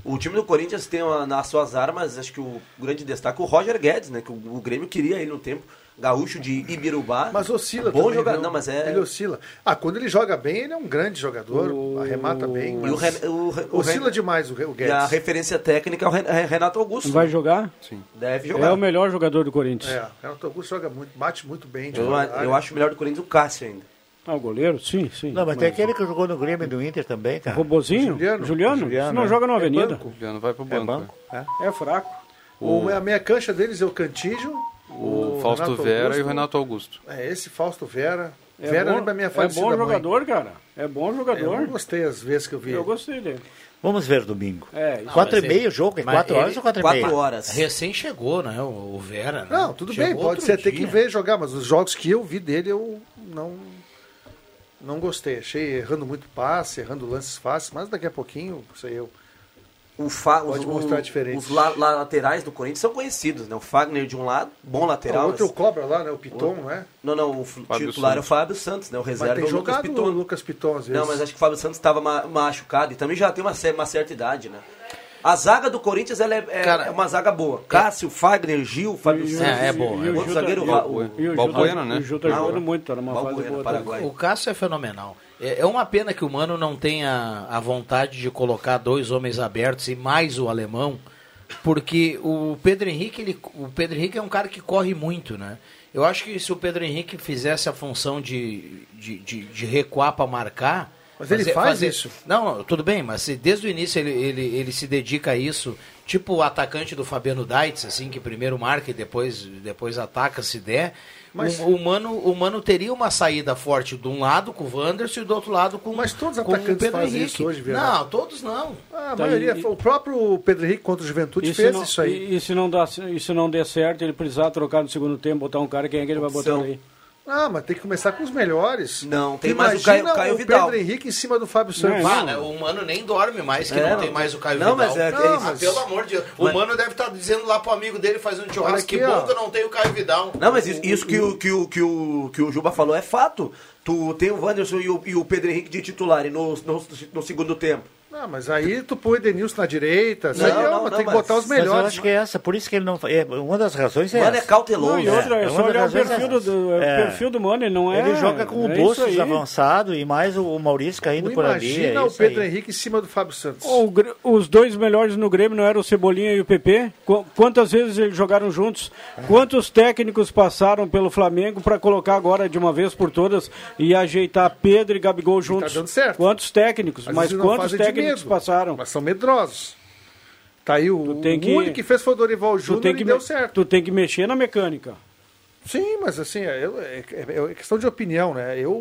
[SPEAKER 9] O time do Corinthians tem uma- nas suas armas, acho que o grande destaque, o Roger Guedes, né? Que o, o Grêmio queria ele no tempo. Gaúcho de Ibirubá.
[SPEAKER 7] Mas oscila
[SPEAKER 9] Bom
[SPEAKER 7] também,
[SPEAKER 9] jogador.
[SPEAKER 7] viu?
[SPEAKER 9] Não, mas é.
[SPEAKER 7] Ele oscila. Ah, quando ele joga bem, ele é um grande jogador, arremata bem.
[SPEAKER 9] E
[SPEAKER 7] mas
[SPEAKER 9] o Ren- o Ren- o
[SPEAKER 7] oscila
[SPEAKER 9] Ren-
[SPEAKER 7] demais o, Re- o
[SPEAKER 9] E
[SPEAKER 7] Guedes.
[SPEAKER 9] a referência técnica é o Ren- é Renato Augusto.
[SPEAKER 8] Vai jogar?
[SPEAKER 9] Sim. Deve jogar.
[SPEAKER 8] É o melhor jogador do Corinthians.
[SPEAKER 7] É, o Renato Augusto joga muito, bate muito bem. de
[SPEAKER 9] Eu,
[SPEAKER 7] fora da
[SPEAKER 9] eu
[SPEAKER 7] área.
[SPEAKER 9] acho melhor do Corinthians o Cássio ainda.
[SPEAKER 8] Ah, o goleiro? Sim, sim.
[SPEAKER 11] Não, mas tem aquele que jogou no Grêmio e do Inter também, cara.
[SPEAKER 8] Robozinho? Juliano? Juliano? Isso não
[SPEAKER 11] é.
[SPEAKER 8] joga na
[SPEAKER 11] É
[SPEAKER 8] Avenida.
[SPEAKER 11] banco.
[SPEAKER 6] Juliano vai pro
[SPEAKER 11] É
[SPEAKER 6] banco.
[SPEAKER 11] banco.
[SPEAKER 8] É fraco.
[SPEAKER 7] O- a meia cancha deles é o Cantígio, o,
[SPEAKER 6] O Fausto
[SPEAKER 7] Renato
[SPEAKER 6] Vera
[SPEAKER 7] Augusto. né?
[SPEAKER 6] e o Renato Augusto.
[SPEAKER 7] É, esse Fausto Vera.
[SPEAKER 8] É
[SPEAKER 7] Vera
[SPEAKER 8] bom-
[SPEAKER 7] lembra a minha
[SPEAKER 8] é
[SPEAKER 7] falecida
[SPEAKER 8] bom
[SPEAKER 7] mãe.
[SPEAKER 8] jogador, cara. É bom jogador.
[SPEAKER 7] Eu não gostei as vezes que eu vi.
[SPEAKER 8] Eu gostei dele.
[SPEAKER 11] Vamos ver domingo.
[SPEAKER 8] É, isso
[SPEAKER 11] Ah, quatro
[SPEAKER 8] aí.
[SPEAKER 11] e meia o jogo, é
[SPEAKER 3] Mas
[SPEAKER 11] quatro
[SPEAKER 3] ele-
[SPEAKER 11] horas ou quatro e meia?
[SPEAKER 3] quatro Recém chegou, né? O o Vera. né?
[SPEAKER 7] Não, tudo
[SPEAKER 3] Chegou
[SPEAKER 7] bem, pode
[SPEAKER 3] outro
[SPEAKER 7] ser ter que
[SPEAKER 3] dia.
[SPEAKER 7] ver jogar, mas os jogos que eu vi dele eu não não gostei. Achei errando muito passe, errando lances fáceis, mas daqui a pouquinho, sei eu.
[SPEAKER 9] O Fa,
[SPEAKER 7] Pode
[SPEAKER 9] os,
[SPEAKER 7] mostrar
[SPEAKER 9] o-
[SPEAKER 7] a diferença.
[SPEAKER 9] Os la- la- laterais do Corinthians são conhecidos, né? O Fagner de um lado, bom lateral.
[SPEAKER 7] O outro
[SPEAKER 9] mas-
[SPEAKER 7] cobra lá, né? O Piton, não é?
[SPEAKER 9] Não, não, o f-
[SPEAKER 7] Fábio
[SPEAKER 9] titular é o
[SPEAKER 7] Santos.
[SPEAKER 9] Fábio Santos, né? O reserva
[SPEAKER 7] mas
[SPEAKER 9] é
[SPEAKER 7] tem
[SPEAKER 9] o Lucas
[SPEAKER 7] jogado
[SPEAKER 9] Piton.
[SPEAKER 7] o Lucas Piton às vezes.
[SPEAKER 9] Não, mas acho que o Fábio Santos estava ma- machucado e também já tem uma, cer- uma certa idade, né? A zaga do Corinthians ela é, é- é uma zaga boa. Cássio, Fagner, Gil, Fábio Santos.
[SPEAKER 8] E
[SPEAKER 9] Outro
[SPEAKER 8] Gil tá-
[SPEAKER 9] zagueiro, né?
[SPEAKER 8] e
[SPEAKER 9] Ra-
[SPEAKER 8] o-
[SPEAKER 9] o,
[SPEAKER 8] e o Gil tá- E o Gil tá
[SPEAKER 9] Ah,
[SPEAKER 8] jogando
[SPEAKER 9] o-
[SPEAKER 8] muito, tá numa fase boa. também.
[SPEAKER 9] Paraguai.
[SPEAKER 3] O Cássio é fenomenal. É é uma pena que o Mano não tenha a vontade de colocar dois homens abertos e mais o alemão, porque o Pedro Henrique, ele, o Pedro Henrique é um cara que corre muito, né? Eu acho que se o Pedro Henrique fizesse a função de, de, de, de recuar para marcar.
[SPEAKER 7] Mas ele faz isso.
[SPEAKER 3] Não, não, tudo bem, mas se desde o início ele, ele, ele se dedica a isso, tipo o atacante do Fabiano Dites, assim, que primeiro marca e depois, depois ataca se der.
[SPEAKER 7] Mas-
[SPEAKER 3] O, o mano, o Mano Um teria uma saída forte de um lado com o Wanderson e do outro lado com, Mas
[SPEAKER 7] todos os
[SPEAKER 3] com o
[SPEAKER 7] atacantes
[SPEAKER 3] Pedro
[SPEAKER 7] fazem
[SPEAKER 3] Henrique.
[SPEAKER 7] isso hoje, Vieira.
[SPEAKER 3] não, todos não.
[SPEAKER 7] Ah, a
[SPEAKER 8] Tá,
[SPEAKER 7] maioria,
[SPEAKER 8] e-
[SPEAKER 7] o próprio Pedro Henrique contra o Juventude
[SPEAKER 8] E se
[SPEAKER 7] fez
[SPEAKER 8] não-
[SPEAKER 7] isso aí.
[SPEAKER 8] E, e se não dá, e se não der certo, ele precisar trocar no segundo tempo, botar um cara, quem é que ele vai botar
[SPEAKER 9] Opção.
[SPEAKER 8] aí?
[SPEAKER 7] Ah, mas tem que começar com os melhores.
[SPEAKER 9] Não, tem
[SPEAKER 7] Imagina
[SPEAKER 9] mais o Caio- Caio
[SPEAKER 7] o
[SPEAKER 9] Vidal. Ah,
[SPEAKER 7] Pedro Henrique em cima do Fábio Santos.
[SPEAKER 3] Vá, né? O Mano nem dorme mais, que
[SPEAKER 7] É,
[SPEAKER 3] não
[SPEAKER 7] não.
[SPEAKER 3] tem mais o Caio
[SPEAKER 7] Não,
[SPEAKER 3] Vidal.
[SPEAKER 7] mas é- é
[SPEAKER 3] Ah,
[SPEAKER 7] isso.
[SPEAKER 3] pelo amor de Deus. O
[SPEAKER 9] Mas-
[SPEAKER 3] Mano deve estar dizendo lá pro amigo dele fazendo um
[SPEAKER 9] Olha
[SPEAKER 3] churrasco
[SPEAKER 9] aqui,
[SPEAKER 3] que bom
[SPEAKER 9] ó.
[SPEAKER 3] que eu não tenho o Caio Vidal.
[SPEAKER 9] Não, mas isso, isso que, o, que, o, que, o, que o Juba falou é fato. Tu tem o Wanderson e o, e o Pedro Henrique de titular e no, no, no segundo tempo.
[SPEAKER 7] Não, Ah, mas aí tu põe o Edenilson na direita.
[SPEAKER 8] é
[SPEAKER 7] Não,
[SPEAKER 9] Não,
[SPEAKER 7] não,
[SPEAKER 9] não,
[SPEAKER 7] mas
[SPEAKER 9] não,
[SPEAKER 7] tem que
[SPEAKER 9] mas-
[SPEAKER 7] botar os
[SPEAKER 9] mas eu
[SPEAKER 7] melhores.
[SPEAKER 11] Eu acho que é essa, por isso que ele não. É, uma das razões é
[SPEAKER 9] Mano,
[SPEAKER 11] essa.
[SPEAKER 9] é cauteloso.
[SPEAKER 8] né? Não, e outra, é
[SPEAKER 11] É,
[SPEAKER 8] só
[SPEAKER 11] uma
[SPEAKER 8] olhar o
[SPEAKER 11] das razões
[SPEAKER 8] perfil do, é,
[SPEAKER 11] É.
[SPEAKER 8] o perfil do Mano, ele não é.
[SPEAKER 11] Ele joga com o
[SPEAKER 8] é
[SPEAKER 11] bolso
[SPEAKER 8] isso aí.
[SPEAKER 11] avançado e mais o o Maurício caindo por ali.
[SPEAKER 7] Imagina
[SPEAKER 11] é
[SPEAKER 7] o
[SPEAKER 11] isso
[SPEAKER 7] Pedro
[SPEAKER 11] aí.
[SPEAKER 7] Henrique em cima do Fábio Santos.
[SPEAKER 8] O Gr- os dois melhores no Grêmio não eram o Cebolinha e o PP? Qu- Quantas vezes eles jogaram juntos? Quantos técnicos passaram pelo Flamengo para colocar agora de uma vez por todas e ajeitar Pedro e Gabigol juntos?
[SPEAKER 7] tá dando certo.
[SPEAKER 8] Quantos técnicos?
[SPEAKER 7] Às
[SPEAKER 8] Mas
[SPEAKER 7] vezes não
[SPEAKER 8] quantos
[SPEAKER 7] fazem de
[SPEAKER 8] técnicos
[SPEAKER 7] medo,
[SPEAKER 8] passaram?
[SPEAKER 7] Mas são medrosos. Tá aí o,
[SPEAKER 8] tem
[SPEAKER 7] o
[SPEAKER 8] que-
[SPEAKER 7] único que fez foi o Dorival Júnior e
[SPEAKER 8] que
[SPEAKER 7] deu
[SPEAKER 8] me-
[SPEAKER 7] certo.
[SPEAKER 8] tu tem que mexer na mecânica.
[SPEAKER 7] Sim, mas assim, é, é- é- é questão de opinião, né? Eu,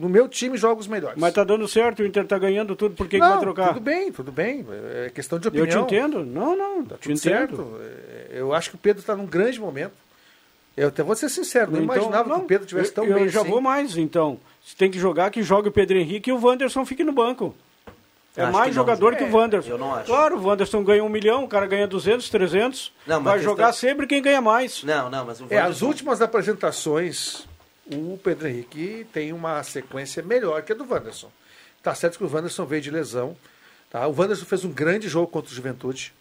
[SPEAKER 7] no meu time, jogo os melhores.
[SPEAKER 8] Mas tá dando certo, o Inter tá ganhando tudo, por que, que
[SPEAKER 7] não,
[SPEAKER 8] vai trocar?
[SPEAKER 7] tudo bem, tudo bem. É questão de
[SPEAKER 8] Eu
[SPEAKER 7] opinião.
[SPEAKER 8] te entendo. Não, não,
[SPEAKER 7] Tá
[SPEAKER 8] te entendo.
[SPEAKER 7] tudo certo. É, Eu acho que o Pedro está num grande momento. Eu até vou ser sincero, não
[SPEAKER 8] Então,
[SPEAKER 7] imaginava que o Pedro tivesse tão
[SPEAKER 8] eu,
[SPEAKER 7] bem
[SPEAKER 8] Eu já
[SPEAKER 7] assim.
[SPEAKER 8] vou mais, então. Se tem que jogar, que jogue o Pedro Henrique e o Wanderson fique no banco. É
[SPEAKER 9] Acho
[SPEAKER 8] mais
[SPEAKER 9] que não,
[SPEAKER 8] jogador
[SPEAKER 9] Zé. É,
[SPEAKER 8] que o Wanderson.
[SPEAKER 9] Eu não acho.
[SPEAKER 8] Claro, o Wanderson ganha um milhão, o cara ganha 200, 300.
[SPEAKER 9] Não, mas
[SPEAKER 8] vai
[SPEAKER 9] a questão-
[SPEAKER 8] jogar sempre quem ganha mais.
[SPEAKER 9] Não, não, mas o
[SPEAKER 7] É,
[SPEAKER 9] Wanderson...
[SPEAKER 7] as últimas apresentações, o Pedro Henrique tem uma sequência melhor que a do Wanderson. Tá certo que o Wanderson veio de lesão. Tá? O Wanderson fez um grande jogo contra o Juventude.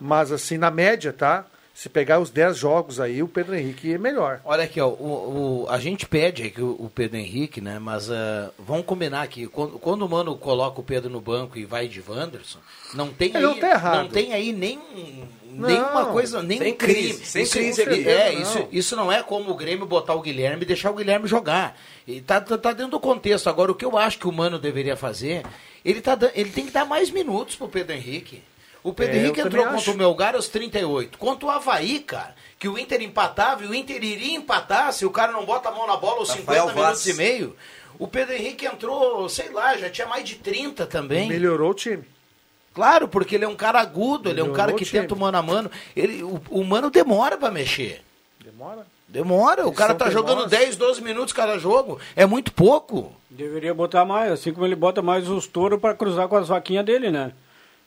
[SPEAKER 7] Mas, assim, na média, tá? Se pegar os 10 jogos aí, o Pedro Henrique é melhor.
[SPEAKER 3] Olha aqui, ó, o, o- a gente pede aqui o, o Pedro Henrique, né? Mas ah, vamos combinar aqui. Quando, quando o Mano coloca o Pedro no banco e vai de Wanderson, não tem
[SPEAKER 7] Ele
[SPEAKER 3] aí,
[SPEAKER 7] não tá errado.
[SPEAKER 3] não tem aí nem, um-
[SPEAKER 7] Não.
[SPEAKER 3] nenhuma coisa, nem
[SPEAKER 9] Sem
[SPEAKER 3] um crime.
[SPEAKER 9] crise, sem
[SPEAKER 3] isso,
[SPEAKER 9] crise aqui.
[SPEAKER 3] É,
[SPEAKER 9] Não.
[SPEAKER 3] isso, isso não é como o Grêmio botar o Guilherme e deixar o Guilherme jogar. E tá, tá, tá dentro do contexto. Agora, o que eu acho que o Mano deveria fazer, ele, tá, dan- ele tem que dar mais minutos pro Pedro Henrique. O Pedro
[SPEAKER 7] É, eu
[SPEAKER 3] Henrique entrou
[SPEAKER 7] também
[SPEAKER 3] contra
[SPEAKER 7] acho.
[SPEAKER 3] o Melgar aos 38. Contra o Havaí, cara, que o Inter empatava e o Inter iria empatar se o cara não bota a mão na bola aos
[SPEAKER 9] Rafael
[SPEAKER 3] 50 minutos
[SPEAKER 9] Vaz.
[SPEAKER 3] e meio. O Pedro Henrique entrou, sei lá, já tinha mais de 30 também.
[SPEAKER 7] Melhorou o time.
[SPEAKER 3] Claro, porque ele é um cara agudo, ele é um
[SPEAKER 7] Melhorou
[SPEAKER 3] cara
[SPEAKER 7] o
[SPEAKER 3] que
[SPEAKER 7] time.
[SPEAKER 3] tenta o mano a mano. Ele, o, o mano demora pra mexer.
[SPEAKER 7] Demora?
[SPEAKER 3] Demora, o
[SPEAKER 8] Eles
[SPEAKER 3] cara
[SPEAKER 8] são
[SPEAKER 3] tá jogando
[SPEAKER 8] teimosos.
[SPEAKER 3] 10, 12 minutos cada jogo. É muito pouco.
[SPEAKER 8] Deveria botar mais, assim como ele bota mais os touros para cruzar com as vaquinhas dele, né?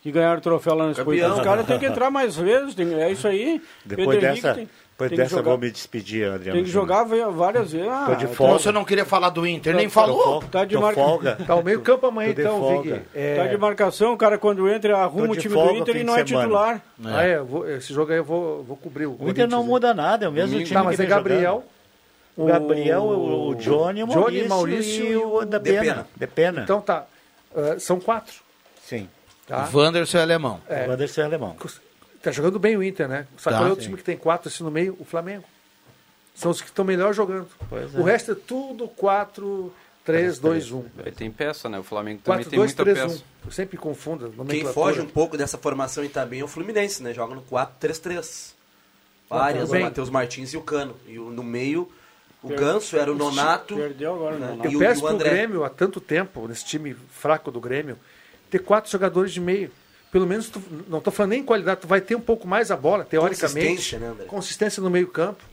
[SPEAKER 8] Que ganharam o troféu lá no Expo.
[SPEAKER 11] Campeão.
[SPEAKER 8] Os caras têm que entrar mais vezes, tem- é isso aí.
[SPEAKER 11] Depois
[SPEAKER 8] Pedro Henrique
[SPEAKER 11] dessa,
[SPEAKER 8] tem-
[SPEAKER 11] depois
[SPEAKER 8] tem que
[SPEAKER 11] dessa
[SPEAKER 8] jogar-
[SPEAKER 11] vou me despedir, Adriano.
[SPEAKER 8] Tem que jogar vai- várias vezes. Ah,
[SPEAKER 11] Tô de
[SPEAKER 8] então-
[SPEAKER 11] folga. Você não
[SPEAKER 3] queria falar do Inter,
[SPEAKER 11] nem falou.
[SPEAKER 8] Tá de
[SPEAKER 11] Tô
[SPEAKER 8] marca-
[SPEAKER 11] folga.
[SPEAKER 7] Tá o meio campo amanhã,
[SPEAKER 8] Tô de
[SPEAKER 7] então,
[SPEAKER 8] folga.
[SPEAKER 7] Vig. É,
[SPEAKER 8] Tá de marcação, o cara quando entra arruma
[SPEAKER 7] Tô
[SPEAKER 8] o
[SPEAKER 7] de
[SPEAKER 8] time do
[SPEAKER 7] folga
[SPEAKER 8] Inter
[SPEAKER 7] fim
[SPEAKER 8] e
[SPEAKER 7] de
[SPEAKER 8] não é
[SPEAKER 7] semana.
[SPEAKER 8] titular.
[SPEAKER 7] Ah, é, eu vou- esse jogo aí eu vou, vou cobrir.
[SPEAKER 11] O Inter não muda nada, é o mesmo time
[SPEAKER 7] Tá,
[SPEAKER 11] que
[SPEAKER 7] mas é
[SPEAKER 11] vem
[SPEAKER 7] Gabriel.
[SPEAKER 11] jogando. O Gabriel, o, o Johnny, o Maurício,
[SPEAKER 7] Johnny, Maurício
[SPEAKER 11] e o da
[SPEAKER 7] De
[SPEAKER 11] Pena.
[SPEAKER 7] Pena.
[SPEAKER 11] De Pena.
[SPEAKER 7] Então tá. Ah, são quatro.
[SPEAKER 11] Sim.
[SPEAKER 7] Tá?
[SPEAKER 3] Wanderson é alemão.
[SPEAKER 7] É.
[SPEAKER 11] O Anderson é alemão.
[SPEAKER 7] Tá jogando bem o Inter, né? Sabe
[SPEAKER 11] Tá.
[SPEAKER 7] qual é o
[SPEAKER 11] Sim.
[SPEAKER 7] time que tem quatro assim no meio? O Flamengo. São os que estão melhor jogando.
[SPEAKER 11] Pois
[SPEAKER 7] O
[SPEAKER 11] é.
[SPEAKER 7] resto é tudo 4, 3, 2, 1.
[SPEAKER 6] Aí tem peça, né? O Flamengo também
[SPEAKER 7] 4,
[SPEAKER 6] tem
[SPEAKER 7] 2,
[SPEAKER 6] muita
[SPEAKER 7] 3,
[SPEAKER 6] peça.
[SPEAKER 7] 1. Eu sempre confundo.
[SPEAKER 9] Quem
[SPEAKER 7] nomenclatura.
[SPEAKER 9] foge um pouco dessa formação e tá bem é o Fluminense, né? Joga no 4-3-3.
[SPEAKER 7] Tá
[SPEAKER 9] Arias, o
[SPEAKER 7] bem.
[SPEAKER 9] Matheus Martins e o Cano. E o- no meio, o
[SPEAKER 7] Per-
[SPEAKER 9] Ganso era o Nonato.
[SPEAKER 8] Perdeu agora o
[SPEAKER 9] né?
[SPEAKER 8] Nonato.
[SPEAKER 9] E
[SPEAKER 7] Eu
[SPEAKER 9] o, e
[SPEAKER 7] peço
[SPEAKER 9] o
[SPEAKER 7] pro
[SPEAKER 9] André.
[SPEAKER 7] É Grêmio há tanto tempo, nesse time fraco do Grêmio, ter quatro jogadores de meio. Pelo menos, tu- não tô falando nem em qualidade, tu vai ter um pouco mais a bola, teoricamente.
[SPEAKER 6] Consistência, né, André?
[SPEAKER 7] Consistência no meio campo.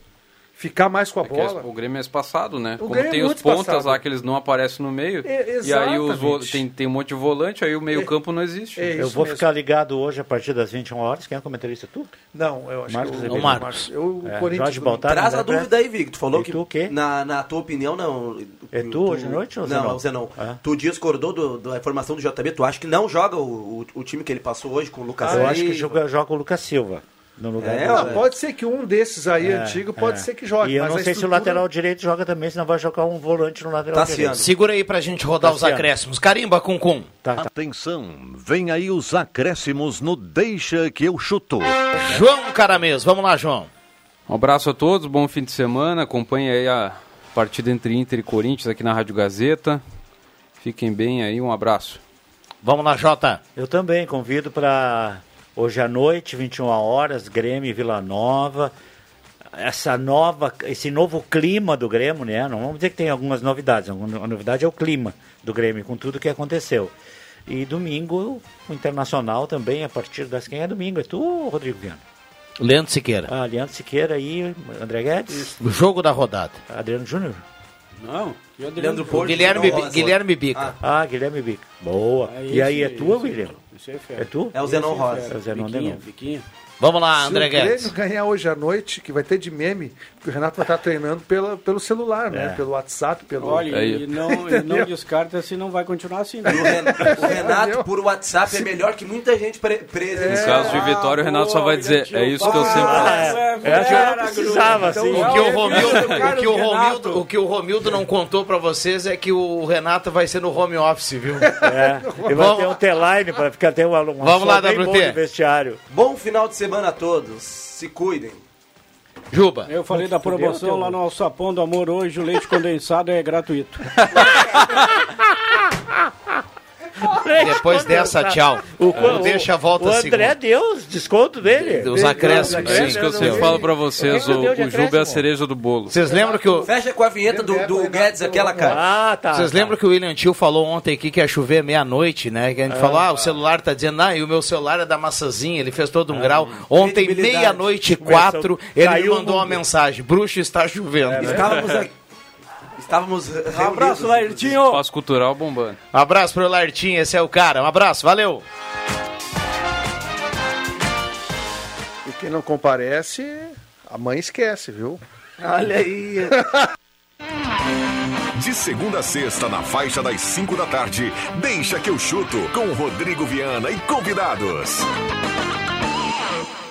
[SPEAKER 7] Ficar mais com a
[SPEAKER 6] Que é
[SPEAKER 7] bola.
[SPEAKER 6] o Grêmio é espaçado, né? Como
[SPEAKER 7] Grêmio é
[SPEAKER 6] tem os
[SPEAKER 7] muito
[SPEAKER 6] pontas
[SPEAKER 7] espaçado.
[SPEAKER 6] lá que eles não aparecem no meio.
[SPEAKER 7] É,
[SPEAKER 6] e aí os vo-
[SPEAKER 7] exatamente. É.
[SPEAKER 6] tem, tem um monte de volante, aí o meio-campo não existe.
[SPEAKER 11] eu vou ficar ligado hoje a partir das 21 holas. Quem é o comentarista? Tu?
[SPEAKER 7] Não, eu acho
[SPEAKER 11] Marcos
[SPEAKER 7] que
[SPEAKER 11] Ribeiro.
[SPEAKER 7] Eu, o
[SPEAKER 11] É,
[SPEAKER 7] Corinthians.
[SPEAKER 11] Jorge Baltar,
[SPEAKER 9] Traz
[SPEAKER 11] André
[SPEAKER 9] a
[SPEAKER 11] Presta.
[SPEAKER 9] dúvida aí, Vic. Tu falou
[SPEAKER 11] E
[SPEAKER 9] que
[SPEAKER 11] tu o quê?
[SPEAKER 9] Na, na tua opinião, não.
[SPEAKER 11] É tu hoje à noite ou
[SPEAKER 9] Não,
[SPEAKER 11] Zenon?
[SPEAKER 9] é o Zenon. Tu discordou do- da formação do JB, tu acha que não joga o, o, o time que ele passou hoje com o Lucas
[SPEAKER 11] Ah, eu acho
[SPEAKER 9] Leiva?
[SPEAKER 11] que joga, joga o Lucas Silva no lugar
[SPEAKER 9] É,
[SPEAKER 11] do
[SPEAKER 7] Não,
[SPEAKER 11] Zé.
[SPEAKER 7] pode ser que um desses aí
[SPEAKER 11] É,
[SPEAKER 7] antigo pode
[SPEAKER 11] é.
[SPEAKER 7] ser que jogue.
[SPEAKER 11] E eu
[SPEAKER 7] mas
[SPEAKER 11] não
[SPEAKER 7] a
[SPEAKER 11] sei se o
[SPEAKER 7] estrutura-
[SPEAKER 11] lateral direito joga também, senão vai jogar um volante no
[SPEAKER 19] é
[SPEAKER 7] Tá
[SPEAKER 11] lateral
[SPEAKER 3] Tá
[SPEAKER 11] direito.
[SPEAKER 3] Segura aí pra gente rodar os
[SPEAKER 11] Tassiano.
[SPEAKER 3] acréscimos. Carimba, Cuncum.
[SPEAKER 7] Tá,
[SPEAKER 19] Atenção, vem aí os acréscimos no Deixa que eu chuto.
[SPEAKER 3] João Caramês, vamos lá, João.
[SPEAKER 6] Um abraço a todos, bom fim de semana. Acompanhe aí a partida entre Inter e Corinthians aqui na Rádio Gazeta. Fiquem bem aí, um abraço.
[SPEAKER 3] Vamos lá, Jota.
[SPEAKER 11] Eu também convido para hoje à noite, 21 horas, Grêmio e Vila Nova. Essa nova, esse novo clima do Grêmio, né? Não vamos dizer que tem algumas novidades. A novidade é o clima do Grêmio com tudo que aconteceu. E domingo o Internacional também a partir das quem é domingo é tu, Rodrigo Viana.
[SPEAKER 3] Leandro Siqueira.
[SPEAKER 11] Ah, Leandro Siqueira e André Guedes.
[SPEAKER 3] O jogo da rodada.
[SPEAKER 11] Adriano Júnior.
[SPEAKER 8] Não, e o Adriano
[SPEAKER 11] Leandro
[SPEAKER 8] Porto?
[SPEAKER 11] Porto.
[SPEAKER 3] Guilherme,
[SPEAKER 11] Nossa.
[SPEAKER 3] Guilherme Bica.
[SPEAKER 11] Ah, Guilherme Bica. Boa.
[SPEAKER 3] Ah,
[SPEAKER 11] e aí é
[SPEAKER 3] esse-
[SPEAKER 11] tua,
[SPEAKER 3] esse-
[SPEAKER 11] Guilherme?
[SPEAKER 8] esse é fera.
[SPEAKER 11] é tu?
[SPEAKER 8] É o Zenon
[SPEAKER 11] Esse
[SPEAKER 8] Rosa.
[SPEAKER 11] fera. É o Zenon
[SPEAKER 8] Biquinha,
[SPEAKER 11] Denon.
[SPEAKER 8] biquinho.
[SPEAKER 3] Vamos lá,
[SPEAKER 7] Se
[SPEAKER 3] André
[SPEAKER 7] o Grêmio
[SPEAKER 3] Guedes.
[SPEAKER 7] ganhar hoje à noite, que vai ter de meme, porque o Renato vai estar treinando pela, pelo celular, né?
[SPEAKER 8] É.
[SPEAKER 7] Pelo WhatsApp, pelo.
[SPEAKER 8] Olha,
[SPEAKER 3] É
[SPEAKER 7] Aí.
[SPEAKER 8] e não, e não
[SPEAKER 7] Entendeu?
[SPEAKER 8] descarta se não vai continuar assim. né?
[SPEAKER 9] O Renato por WhatsApp é melhor que muita gente pre
[SPEAKER 6] Em
[SPEAKER 9] presencial.
[SPEAKER 6] caso de vitória, o Renato só vai dizer, é isso que eu sempre faço.
[SPEAKER 3] O que o Romildo, o que o Romildo, o que o Romildo não contou pra vocês é que o Renato vai ser no home office, viu?
[SPEAKER 11] É, e vai ter um teline para ficar até um aluno.
[SPEAKER 3] Vamos lá, WT.
[SPEAKER 11] vestiário.
[SPEAKER 9] Bom final de semana a todos. Se cuidem.
[SPEAKER 3] Juba.
[SPEAKER 8] Eu falei da
[SPEAKER 9] Fudeu,
[SPEAKER 8] promoção
[SPEAKER 9] teu-
[SPEAKER 8] lá no Alçapão do Amor hoje, o leite condensado é gratuito.
[SPEAKER 3] Depois dessa, tchau.
[SPEAKER 11] tá? O,
[SPEAKER 3] Eu
[SPEAKER 11] o-
[SPEAKER 3] deixo a volta
[SPEAKER 11] O André
[SPEAKER 3] segunda.
[SPEAKER 11] Deus, desconto dele.
[SPEAKER 3] Os acréscimos,
[SPEAKER 6] É isso
[SPEAKER 3] sim.
[SPEAKER 6] que eu sempre falo pra vocês, o, o Juba é a cereja do bolo.
[SPEAKER 3] Vocês lembram que o
[SPEAKER 9] Fecha com a vinheta do, do Guedes, aquela cara.
[SPEAKER 11] Ah, tá.
[SPEAKER 3] Vocês lembram que o William Tio falou ontem aqui que ia chover meia-noite, né? Que a gente
[SPEAKER 11] Ah.
[SPEAKER 3] falou, ah, o celular tá dizendo, ah, e o meu celular é da maçãzinha, ele fez todo um grau. Ontem,
[SPEAKER 9] Credibilidade.
[SPEAKER 3] meia-noite e
[SPEAKER 9] Começou-
[SPEAKER 3] quatro, ele me
[SPEAKER 9] caiu o
[SPEAKER 3] mandou uma
[SPEAKER 9] mundo. É, né?
[SPEAKER 3] mensagem, bruxo, está chovendo.
[SPEAKER 9] Estávamos aqui. Estávamos. Um
[SPEAKER 6] Espaço cultural bombando.
[SPEAKER 3] Um abraço pro Lartinho, esse é o cara. Um abraço, valeu.
[SPEAKER 7] E quem não comparece, a mãe esquece, viu?
[SPEAKER 9] Olha aí.
[SPEAKER 1] De segunda a sexta, na faixa das 5 da tarde, deixa que eu chuto com Rodrigo Viana e convidados.